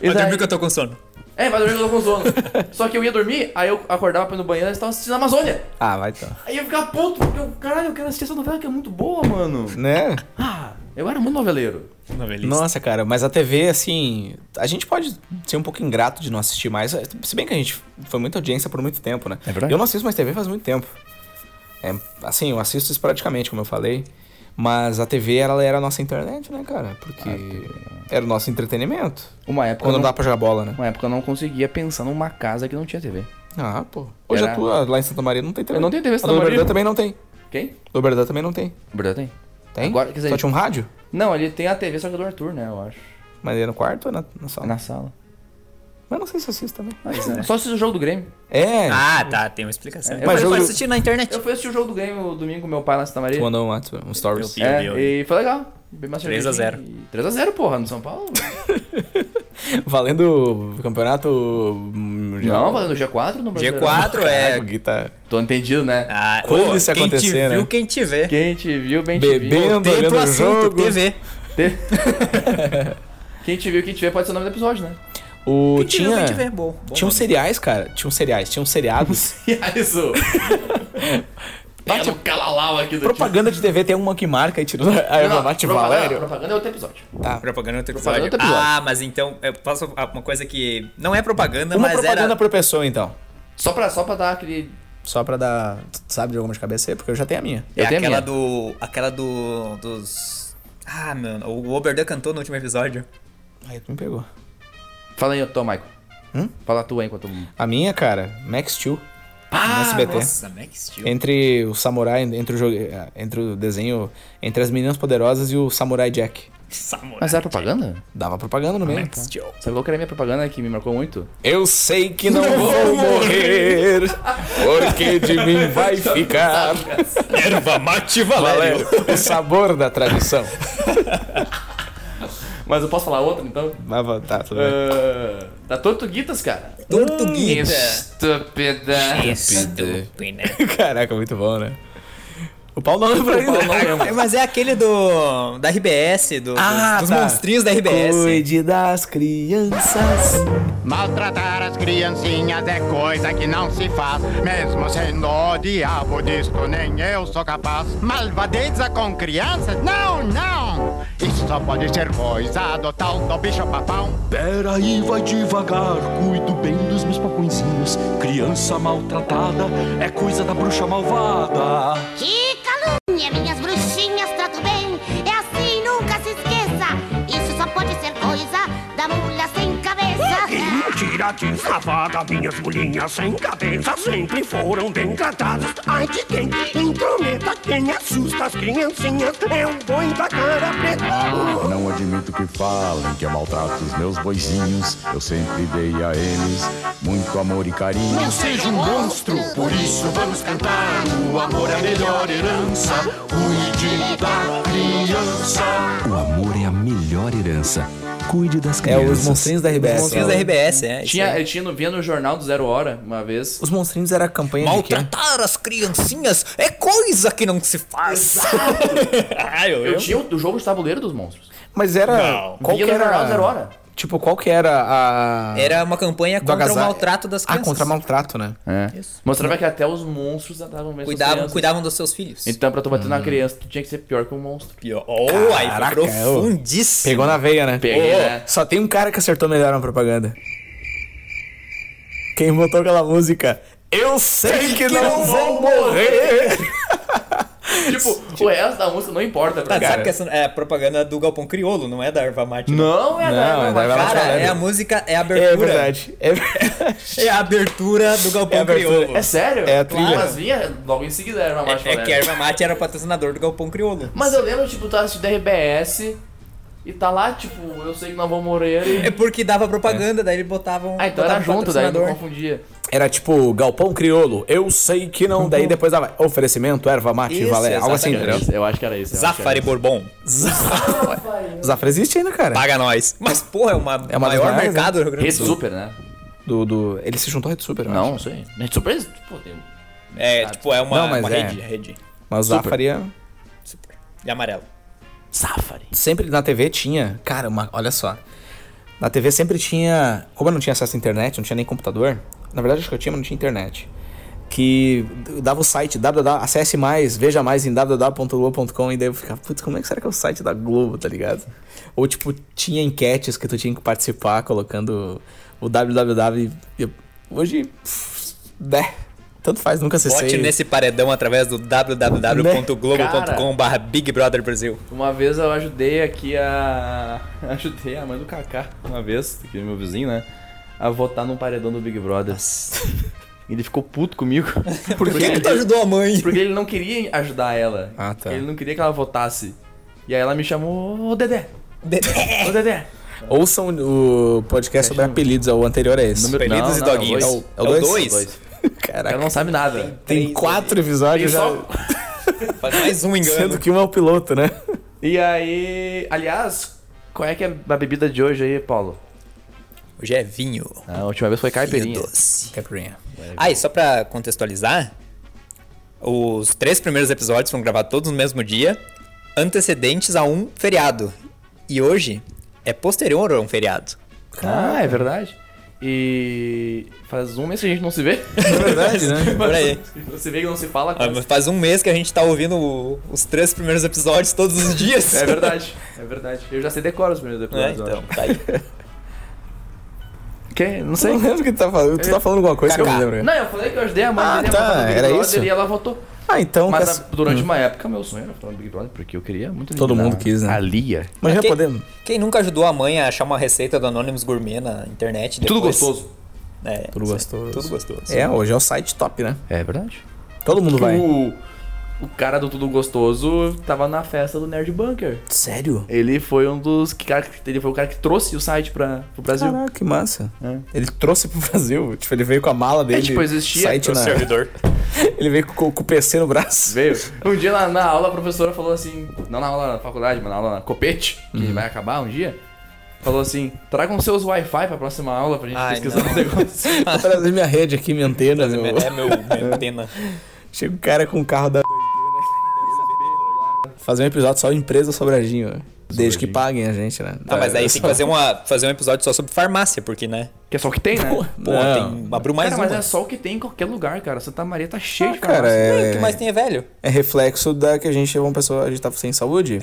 [SPEAKER 2] E
[SPEAKER 3] Eu
[SPEAKER 2] daí-
[SPEAKER 3] dormi que eu tô com sono.
[SPEAKER 2] É, vai dormir que eu tô com sono. Só que eu ia dormir, aí eu acordava pra ir no banheiro e eles estavam assistindo a Amazônia.
[SPEAKER 1] Ah, vai então.
[SPEAKER 2] Aí eu ficava puto, porque eu, caralho, eu quero assistir essa novela que é muito boa, mano.
[SPEAKER 1] Né?
[SPEAKER 2] Ah, eu era muito noveleiro.
[SPEAKER 3] Novelista.
[SPEAKER 1] Nossa, cara, mas a TV, assim. A gente pode ser um pouco ingrato de não assistir mais. Se bem que a gente foi muita audiência por muito tempo, né?
[SPEAKER 3] É verdade.
[SPEAKER 1] Eu não assisto mais TV faz muito tempo. É, assim, eu assisto esporadicamente, como eu falei. Mas a TV ela era a nossa internet, né, cara? Porque era o nosso entretenimento.
[SPEAKER 2] Uma época
[SPEAKER 1] Quando
[SPEAKER 2] eu
[SPEAKER 1] não
[SPEAKER 2] não-
[SPEAKER 1] dá pra jogar bola, né?
[SPEAKER 2] Uma época eu não conseguia pensar numa casa que não tinha TV.
[SPEAKER 1] Ah, pô. Hoje
[SPEAKER 2] Era-
[SPEAKER 1] a tua, lá em Santa Maria, não tem TV.
[SPEAKER 2] Eu não tenho TV em
[SPEAKER 1] A
[SPEAKER 2] Santa
[SPEAKER 1] do
[SPEAKER 2] Maria.
[SPEAKER 1] Uberdã também não tem.
[SPEAKER 2] Quem?
[SPEAKER 1] Do Uberdã também não tem.
[SPEAKER 2] O Bruno tem?
[SPEAKER 1] Tem?
[SPEAKER 2] Agora, quer dizer-
[SPEAKER 1] Só tinha um rádio?
[SPEAKER 2] Não, ele tem a TV, só que é do Arthur, né, eu acho.
[SPEAKER 1] Mas era no quarto ou na, na
[SPEAKER 2] É
[SPEAKER 1] sala?
[SPEAKER 2] na sala.
[SPEAKER 1] Mas não sei se assiste também.
[SPEAKER 2] Só assistir o jogo do Grêmio.
[SPEAKER 1] É.
[SPEAKER 3] Ah, tá, tem uma explicação.
[SPEAKER 1] Mas
[SPEAKER 3] Mas eu
[SPEAKER 1] jogo-
[SPEAKER 3] pode assistir na internet.
[SPEAKER 2] Eu fui assistir o jogo do Grêmio domingo com meu pai lá em Santa Maria.
[SPEAKER 1] Tu mandou um WhatsApp, um stories.
[SPEAKER 3] Eu vi.
[SPEAKER 2] É, e foi legal.
[SPEAKER 3] 3 a 0.
[SPEAKER 2] 3x0, porra, no São Paulo.
[SPEAKER 1] Valendo o campeonato mundial.
[SPEAKER 2] não, fazendo G4 no Brasileiro.
[SPEAKER 3] G4 é.
[SPEAKER 1] guitar.
[SPEAKER 2] Tô entendido, né?
[SPEAKER 3] Ah,
[SPEAKER 1] Quando
[SPEAKER 3] ô,
[SPEAKER 1] isso
[SPEAKER 3] quem te
[SPEAKER 1] acontecer, né?
[SPEAKER 3] viu, quem te vê.
[SPEAKER 2] Quem te viu, bem te viu.
[SPEAKER 1] Bebendo,
[SPEAKER 3] Tem
[SPEAKER 1] olhando
[SPEAKER 3] o
[SPEAKER 1] o
[SPEAKER 3] assunto,
[SPEAKER 1] jogo.
[SPEAKER 3] TV.
[SPEAKER 2] Te- Quem te viu, quem te vê pode ser o nome do episódio, né?
[SPEAKER 1] O
[SPEAKER 3] Quem te viu,
[SPEAKER 1] tinha
[SPEAKER 3] quem te vê. é Bom, bom
[SPEAKER 1] tinha
[SPEAKER 3] nome.
[SPEAKER 1] uns cereais, cara. Tinha uns cereais, tinha uns seriados.
[SPEAKER 2] E é isso. Bate o calalau aqui do tipo.
[SPEAKER 1] Propaganda de TV tem uma que marca e tirou a Eva Bate
[SPEAKER 2] propaganda-
[SPEAKER 1] Valério.
[SPEAKER 2] Propaganda é outro episódio.
[SPEAKER 1] Tá.
[SPEAKER 3] Propaganda é outro episódio.
[SPEAKER 2] Propaganda é outro episódio.
[SPEAKER 3] Ah, mas então, eu faço uma coisa que não é propaganda,
[SPEAKER 1] Uma
[SPEAKER 3] mas
[SPEAKER 1] propaganda
[SPEAKER 3] era...
[SPEAKER 1] por pessoa, então.
[SPEAKER 2] Só pra, só pra dar aquele.
[SPEAKER 1] Só pra dar, tu sabe, de alguma de cabeça, porque eu já tenho a minha.
[SPEAKER 3] É
[SPEAKER 2] Eu tenho a minha.
[SPEAKER 3] aquela do... Aquela do... Dos... Ah, mano, o Oberdan cantou no último episódio.
[SPEAKER 1] Aí tu me pegou.
[SPEAKER 2] Fala aí, Tom, Michael.
[SPEAKER 1] Hum?
[SPEAKER 2] Fala tu aí enquanto. eu-
[SPEAKER 1] A minha, cara, Max Steel.
[SPEAKER 3] Ah,
[SPEAKER 1] SBT.
[SPEAKER 3] nossa, Max Steel.
[SPEAKER 1] Entre o samurai, entre o, jogo, eh, entre o desenho, entre as meninas poderosas e o samurai Jack.
[SPEAKER 3] Samurai.
[SPEAKER 2] Mas era propaganda?
[SPEAKER 1] Dava propaganda no meio.
[SPEAKER 3] Max Steel.
[SPEAKER 2] Sabe qual que era a minha propaganda que me marcou muito?
[SPEAKER 1] Eu sei que não vou morrer, porque de mim vai ficar
[SPEAKER 3] Erva Mate Valério.
[SPEAKER 1] o sabor da tradição.
[SPEAKER 2] Mas eu posso falar outra então?
[SPEAKER 1] Mas vá, tá, tudo bem.
[SPEAKER 2] Ah, da Tortuguitas, cara.
[SPEAKER 1] Ah,
[SPEAKER 3] Tortuguita.
[SPEAKER 2] Estúpida.
[SPEAKER 3] Estúpida.
[SPEAKER 1] Caraca, muito bom, né? O Paulo não lembra ainda.
[SPEAKER 3] É, Mas é aquele do. Da RBS, do, dos,
[SPEAKER 1] tá.
[SPEAKER 3] dos monstrinhos da RBS.
[SPEAKER 1] Ah, Cuide das crianças.
[SPEAKER 4] Maltratar as criancinhas é coisa que não se faz. Mesmo sendo o diabo disto, nem eu sou capaz. Malvadeza com crianças? Não, não! Isso só pode ser coisa do tal do bicho-papão.
[SPEAKER 5] Peraí, vai devagar, cuido bem dos meus papõezinhos. Criança maltratada é coisa da bruxa malvada.
[SPEAKER 6] Que calúnia, minhas bruxinhas, trato bem. É assim, nunca se esqueça. Isso só pode ser coisa da mulher sem cabeça.
[SPEAKER 5] Mentira deslavada, minhas mulhinhas sem cabeça sempre foram bem tratadas. Ai de quem intrometa, quem assusta as criancinhas é um boi da cara preta.
[SPEAKER 7] Não admito que falem que eu maltrato os meus boizinhos. Eu sempre dei a eles muito amor e carinho.
[SPEAKER 5] Não seja um monstro, por isso vamos cantar. O amor é a melhor herança, cuide da criança.
[SPEAKER 7] O amor é a melhor herança. Cuide das
[SPEAKER 1] É
[SPEAKER 7] crianças.
[SPEAKER 1] os monstrinhos da RBS.
[SPEAKER 3] Monstrinhos da RBS, é. isso
[SPEAKER 2] Tinha,
[SPEAKER 3] aí.
[SPEAKER 2] eu tinha no, via no jornal do Zero Hora uma vez.
[SPEAKER 1] Os monstrinhos era a campanha de quê?
[SPEAKER 3] Maltratar as criancinhas é coisa que não se faz. Ai, eu,
[SPEAKER 2] Eu tinha o, o jogo de tabuleiro dos monstros.
[SPEAKER 1] Mas era...
[SPEAKER 3] Não.
[SPEAKER 1] Qual que
[SPEAKER 2] Via no jornal do Zero
[SPEAKER 1] era...
[SPEAKER 2] Hora.
[SPEAKER 1] Tipo, qual que era a.
[SPEAKER 3] Era uma campanha
[SPEAKER 1] do
[SPEAKER 3] contra o
[SPEAKER 1] agasalho?
[SPEAKER 3] maltrato das
[SPEAKER 1] Ah,
[SPEAKER 3] crianças.
[SPEAKER 1] contra o maltrato, né?
[SPEAKER 2] É. Mostrava que até os monstros tratavam mesmo as
[SPEAKER 3] Cuidavam,
[SPEAKER 2] crianças.
[SPEAKER 3] cuidavam dos seus filhos.
[SPEAKER 2] Então, pra tu bater na criança, tu tinha que ser pior que um monstro.
[SPEAKER 3] Pior. Oh, aí foi
[SPEAKER 1] Caraca,
[SPEAKER 3] profundíssimo.
[SPEAKER 1] Pegou na veia, né?
[SPEAKER 2] Peguei,
[SPEAKER 1] Ô,
[SPEAKER 2] né?
[SPEAKER 1] Só tem um cara que acertou melhor na propaganda. Quem botou aquela música? Eu sei que, não vou morrer!
[SPEAKER 2] Tipo, o resto da música não importa pra
[SPEAKER 3] Tá,
[SPEAKER 2] cara.
[SPEAKER 3] sabe que essa é a propaganda do Galpão Criolo, não é da Erva Mate.
[SPEAKER 2] Não,
[SPEAKER 1] Não,
[SPEAKER 2] é
[SPEAKER 1] é da Erva Mate.
[SPEAKER 3] Cara,
[SPEAKER 1] Caralho.
[SPEAKER 3] é a música, é a
[SPEAKER 1] É
[SPEAKER 3] abertura.
[SPEAKER 1] verdade. É verdade.
[SPEAKER 3] É a abertura do Galpão
[SPEAKER 1] É a abertura.
[SPEAKER 3] Criolo.
[SPEAKER 2] É sério?
[SPEAKER 1] É a trilha.
[SPEAKER 2] Claro, mas vinha logo em seguida era uma marcha
[SPEAKER 3] É, é
[SPEAKER 2] falando.
[SPEAKER 3] que a Erva Mate era o patrocinador do Galpão Criolo.
[SPEAKER 2] Mas eu lembro, tipo, tu assistindo RBS e tá lá, tipo, eu sei que não vou morrer e...
[SPEAKER 3] É porque dava propaganda, daí eles botavam.
[SPEAKER 2] Ah, então
[SPEAKER 3] botavam
[SPEAKER 2] era junto, daí não
[SPEAKER 3] patrocinador.
[SPEAKER 2] confundia.
[SPEAKER 1] Era tipo Galpão Criolo. Eu sei que não. Daí depois dava oferecimento, erva mate,
[SPEAKER 3] Isso,
[SPEAKER 1] valé. Algo assim,
[SPEAKER 3] exatamente.
[SPEAKER 1] entendeu?
[SPEAKER 2] Eu acho que era isso. eu acho que era
[SPEAKER 3] Zafari
[SPEAKER 2] isso.
[SPEAKER 3] Bourbon,
[SPEAKER 1] Zafra existe ainda, cara.
[SPEAKER 3] paga nós. Mas, porra, é uma,
[SPEAKER 1] É uma das
[SPEAKER 3] maior
[SPEAKER 1] maiores,
[SPEAKER 3] mercado do Rio Grande do
[SPEAKER 2] Rede
[SPEAKER 3] Sul.
[SPEAKER 2] Super, né?
[SPEAKER 1] Do, do... Ele se juntou à Rede Super, eu acho.
[SPEAKER 2] Não, sei. Rede Super, pô, tem...
[SPEAKER 3] É, tipo, é uma,
[SPEAKER 1] Não, mas
[SPEAKER 3] uma
[SPEAKER 1] é.
[SPEAKER 3] rede, rede.
[SPEAKER 1] Mas o Zafra ia...
[SPEAKER 3] E amarelo.
[SPEAKER 2] Safari.
[SPEAKER 1] Sempre na TV tinha... Cara, uma... olha só. Na TV sempre tinha... Como eu não tinha acesso à internet, não tinha nem computador. Na verdade, acho que eu tinha, mas não tinha internet. Que dava o site www, acesse mais, veja mais em www.globo.com e daí eu ficava, putz, como é que será que é o site da Globo, tá ligado? Ou tipo, tinha enquetes que tu tinha que participar colocando o www. e- e- Hoje, pff, né? Tanto faz, nunca acessei.
[SPEAKER 3] Bote nesse paredão através do www.globo.com.br Big Brother Brasil.
[SPEAKER 1] Né?
[SPEAKER 2] Uma vez eu ajudei aqui a. Ajudei a mãe do Kaká, uma vez, que é meu vizinho, né? A votar num paredão do Big Brother. Ele ficou puto comigo.
[SPEAKER 3] Por que, que tu
[SPEAKER 2] ele-
[SPEAKER 3] ajudou a mãe?
[SPEAKER 2] Porque ele não queria ajudar ela.
[SPEAKER 1] Ah, tá.
[SPEAKER 2] Ele não queria que ela votasse. E aí ela me chamou, ô Dedé, ô Dedé.
[SPEAKER 1] Ouçam o podcast sobre apelidos, o anterior é esse.
[SPEAKER 2] Número-
[SPEAKER 3] Apelidos e
[SPEAKER 2] Não, não,
[SPEAKER 3] doguinhos.
[SPEAKER 2] é
[SPEAKER 1] o- é o
[SPEAKER 3] dois?
[SPEAKER 1] dois?
[SPEAKER 2] Dois. Ela
[SPEAKER 1] Caraca,
[SPEAKER 2] não sabe nada.
[SPEAKER 1] tem quatro
[SPEAKER 2] E,
[SPEAKER 1] episódios já.
[SPEAKER 2] só-
[SPEAKER 3] Faz mais um engano.
[SPEAKER 1] Sendo que um é o piloto, né?
[SPEAKER 2] e aí. Aliás, qual é que é a bebida de hoje aí, Paulo?
[SPEAKER 3] Hoje é vinho.
[SPEAKER 2] A última vez foi
[SPEAKER 3] Vinho
[SPEAKER 2] caipirinha.
[SPEAKER 3] doce.
[SPEAKER 1] Caprinha.
[SPEAKER 3] Ah, e só pra contextualizar, os três primeiros episódios foram gravados todos no mesmo dia, antecedentes a um feriado. E hoje é posterior a um feriado.
[SPEAKER 1] tá.
[SPEAKER 2] Ah, é verdade. E faz um mês que a gente não se vê.
[SPEAKER 1] É verdade, né?
[SPEAKER 3] Por aí.
[SPEAKER 2] não se vê que não se fala
[SPEAKER 3] Ah,
[SPEAKER 2] quase.
[SPEAKER 3] mas Faz um mês que a gente tá ouvindo o- os três primeiros episódios todos os dias.
[SPEAKER 2] É verdade, é verdade. Eu já sei decora os primeiros
[SPEAKER 3] É,
[SPEAKER 2] episódios. eu
[SPEAKER 3] então,
[SPEAKER 2] acho.
[SPEAKER 3] tá aí.
[SPEAKER 2] Quem? Não
[SPEAKER 1] Eu
[SPEAKER 2] sei. É.
[SPEAKER 1] não lembro o que tu tá falando. Tu tá falando alguma coisa que eu
[SPEAKER 3] Cacá.
[SPEAKER 1] não lembro.
[SPEAKER 2] Não, eu falei que eu ajudei a mãe
[SPEAKER 1] Ah,
[SPEAKER 2] dele a
[SPEAKER 1] tá,
[SPEAKER 2] votar no Big
[SPEAKER 1] era
[SPEAKER 2] Brother
[SPEAKER 1] isso?
[SPEAKER 2] e ela votou.
[SPEAKER 1] Ah, então.
[SPEAKER 2] Mas
[SPEAKER 1] caça-
[SPEAKER 2] a- durante uma época, meu sonho era votar no Big Brother, porque eu queria muito
[SPEAKER 1] Todo
[SPEAKER 2] eliminar
[SPEAKER 1] mundo quis, né?
[SPEAKER 2] A Lia.
[SPEAKER 1] Mas já
[SPEAKER 3] Quem-
[SPEAKER 1] podemos.
[SPEAKER 3] Quem nunca ajudou a mãe a achar uma receita do Anonymous Gourmet na internet?
[SPEAKER 2] Tudo
[SPEAKER 3] depois?
[SPEAKER 2] gostoso.
[SPEAKER 3] É,
[SPEAKER 1] Tudo
[SPEAKER 3] sim,
[SPEAKER 1] gostoso.
[SPEAKER 3] Tudo gostoso.
[SPEAKER 1] É, hoje é o site top, né?
[SPEAKER 2] É verdade.
[SPEAKER 1] Todo mundo vai.
[SPEAKER 2] O, o cara do Tudo Gostoso tava na festa do Nerd Bunker.
[SPEAKER 1] Sério?
[SPEAKER 2] Ele foi um dos. que cara que- Ele foi o cara que trouxe o site pra, pro Brasil.
[SPEAKER 1] Caraca, que massa. Ele trouxe pro Brasil. Tipo, ele veio com a mala dele.
[SPEAKER 2] É, tipo, existia
[SPEAKER 1] Site
[SPEAKER 2] o
[SPEAKER 1] na...
[SPEAKER 3] Servidor.
[SPEAKER 1] Ele veio com, com o PC no braço.
[SPEAKER 2] Veio. Um dia na, na aula a professora falou assim, não na aula na faculdade, mas na aula na copete, que
[SPEAKER 1] Uhum.
[SPEAKER 2] vai acabar um dia. Falou assim, tragam seus Wi-Fi pra próxima aula pra gente
[SPEAKER 3] Ai,
[SPEAKER 2] pesquisar
[SPEAKER 3] não.
[SPEAKER 2] um negócio.
[SPEAKER 1] Vou trazer minha rede aqui, minha antena. Meu...
[SPEAKER 3] É meu, minha antena.
[SPEAKER 1] Chega um cara com um carro da. Fazer um episódio só empresa Sobradinho. né? Desde que paguem a gente, né?
[SPEAKER 3] Tá, mas aí tem que fazer, uma, fazer um episódio só sobre farmácia, porque, né?
[SPEAKER 2] Que é só o que tem,
[SPEAKER 1] um
[SPEAKER 2] né?
[SPEAKER 3] Pô,
[SPEAKER 1] Não.
[SPEAKER 3] tem. Abriu mais
[SPEAKER 2] cara,
[SPEAKER 3] uma.
[SPEAKER 2] mas é só o que tem em qualquer lugar, cara. Santa Maria tá cheia
[SPEAKER 1] Ah,
[SPEAKER 2] de
[SPEAKER 1] cara,
[SPEAKER 2] farmácia.
[SPEAKER 1] é-
[SPEAKER 3] O que mais tem é velho.
[SPEAKER 1] É reflexo da que a gente é uma pessoa. A gente tá sem saúde.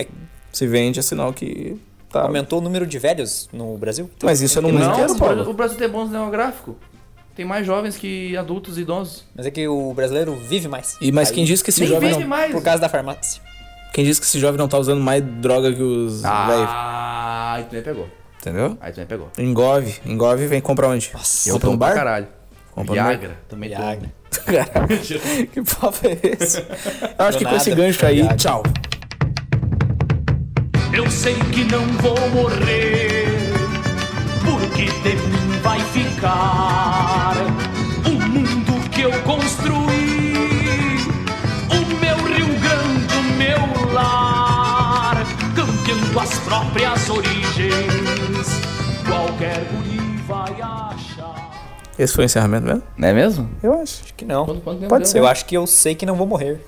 [SPEAKER 1] Se vende, é sinal que. Tá.
[SPEAKER 3] Aumentou o número de velhos no Brasil.
[SPEAKER 1] Mas isso eu não
[SPEAKER 2] Não,
[SPEAKER 1] entendo,
[SPEAKER 2] o Brasil,
[SPEAKER 1] Paulo.
[SPEAKER 2] o Brasil tem bons demográfico. Tem mais jovens que adultos e idosos.
[SPEAKER 3] Mas é que o brasileiro vive mais.
[SPEAKER 1] E, mas
[SPEAKER 3] Aí,
[SPEAKER 1] quem diz que esse
[SPEAKER 2] Nem
[SPEAKER 1] jovem
[SPEAKER 2] vive
[SPEAKER 1] não.
[SPEAKER 2] mais.
[SPEAKER 3] Por causa da farmácia.
[SPEAKER 1] Quem diz que esse jovem não tá usando mais droga que os velhos,
[SPEAKER 2] Ah, aí tu me pegou.
[SPEAKER 1] entendeu?
[SPEAKER 2] Aí tu me pegou.
[SPEAKER 1] Engove, engove vem comprar onde? Nossa,
[SPEAKER 2] Eu
[SPEAKER 1] compra
[SPEAKER 2] tomo
[SPEAKER 1] tá no
[SPEAKER 2] pra
[SPEAKER 1] bar?
[SPEAKER 2] caralho.
[SPEAKER 1] Compra no
[SPEAKER 2] Viagra, também
[SPEAKER 3] Viagra.
[SPEAKER 2] tomo.
[SPEAKER 1] Caralho, que papo é esse? Eu acho
[SPEAKER 3] Do
[SPEAKER 1] que com esse
[SPEAKER 3] nada.
[SPEAKER 1] gancho aí,
[SPEAKER 3] Viagra.
[SPEAKER 1] tchau.
[SPEAKER 8] Eu sei que não vou morrer, porque de mim vai ficar o mundo que eu construí, o meu Rio Grande, o meu lar, cambiando as próprias origens. Qualquer guri vai achar.
[SPEAKER 1] Esse foi o encerramento mesmo?
[SPEAKER 2] Não é mesmo?
[SPEAKER 1] Eu acho.
[SPEAKER 3] Acho que não.
[SPEAKER 2] Quanto- quanto tempo
[SPEAKER 1] Pode
[SPEAKER 2] deu?
[SPEAKER 1] ser.
[SPEAKER 3] Eu acho que eu sei que não vou morrer.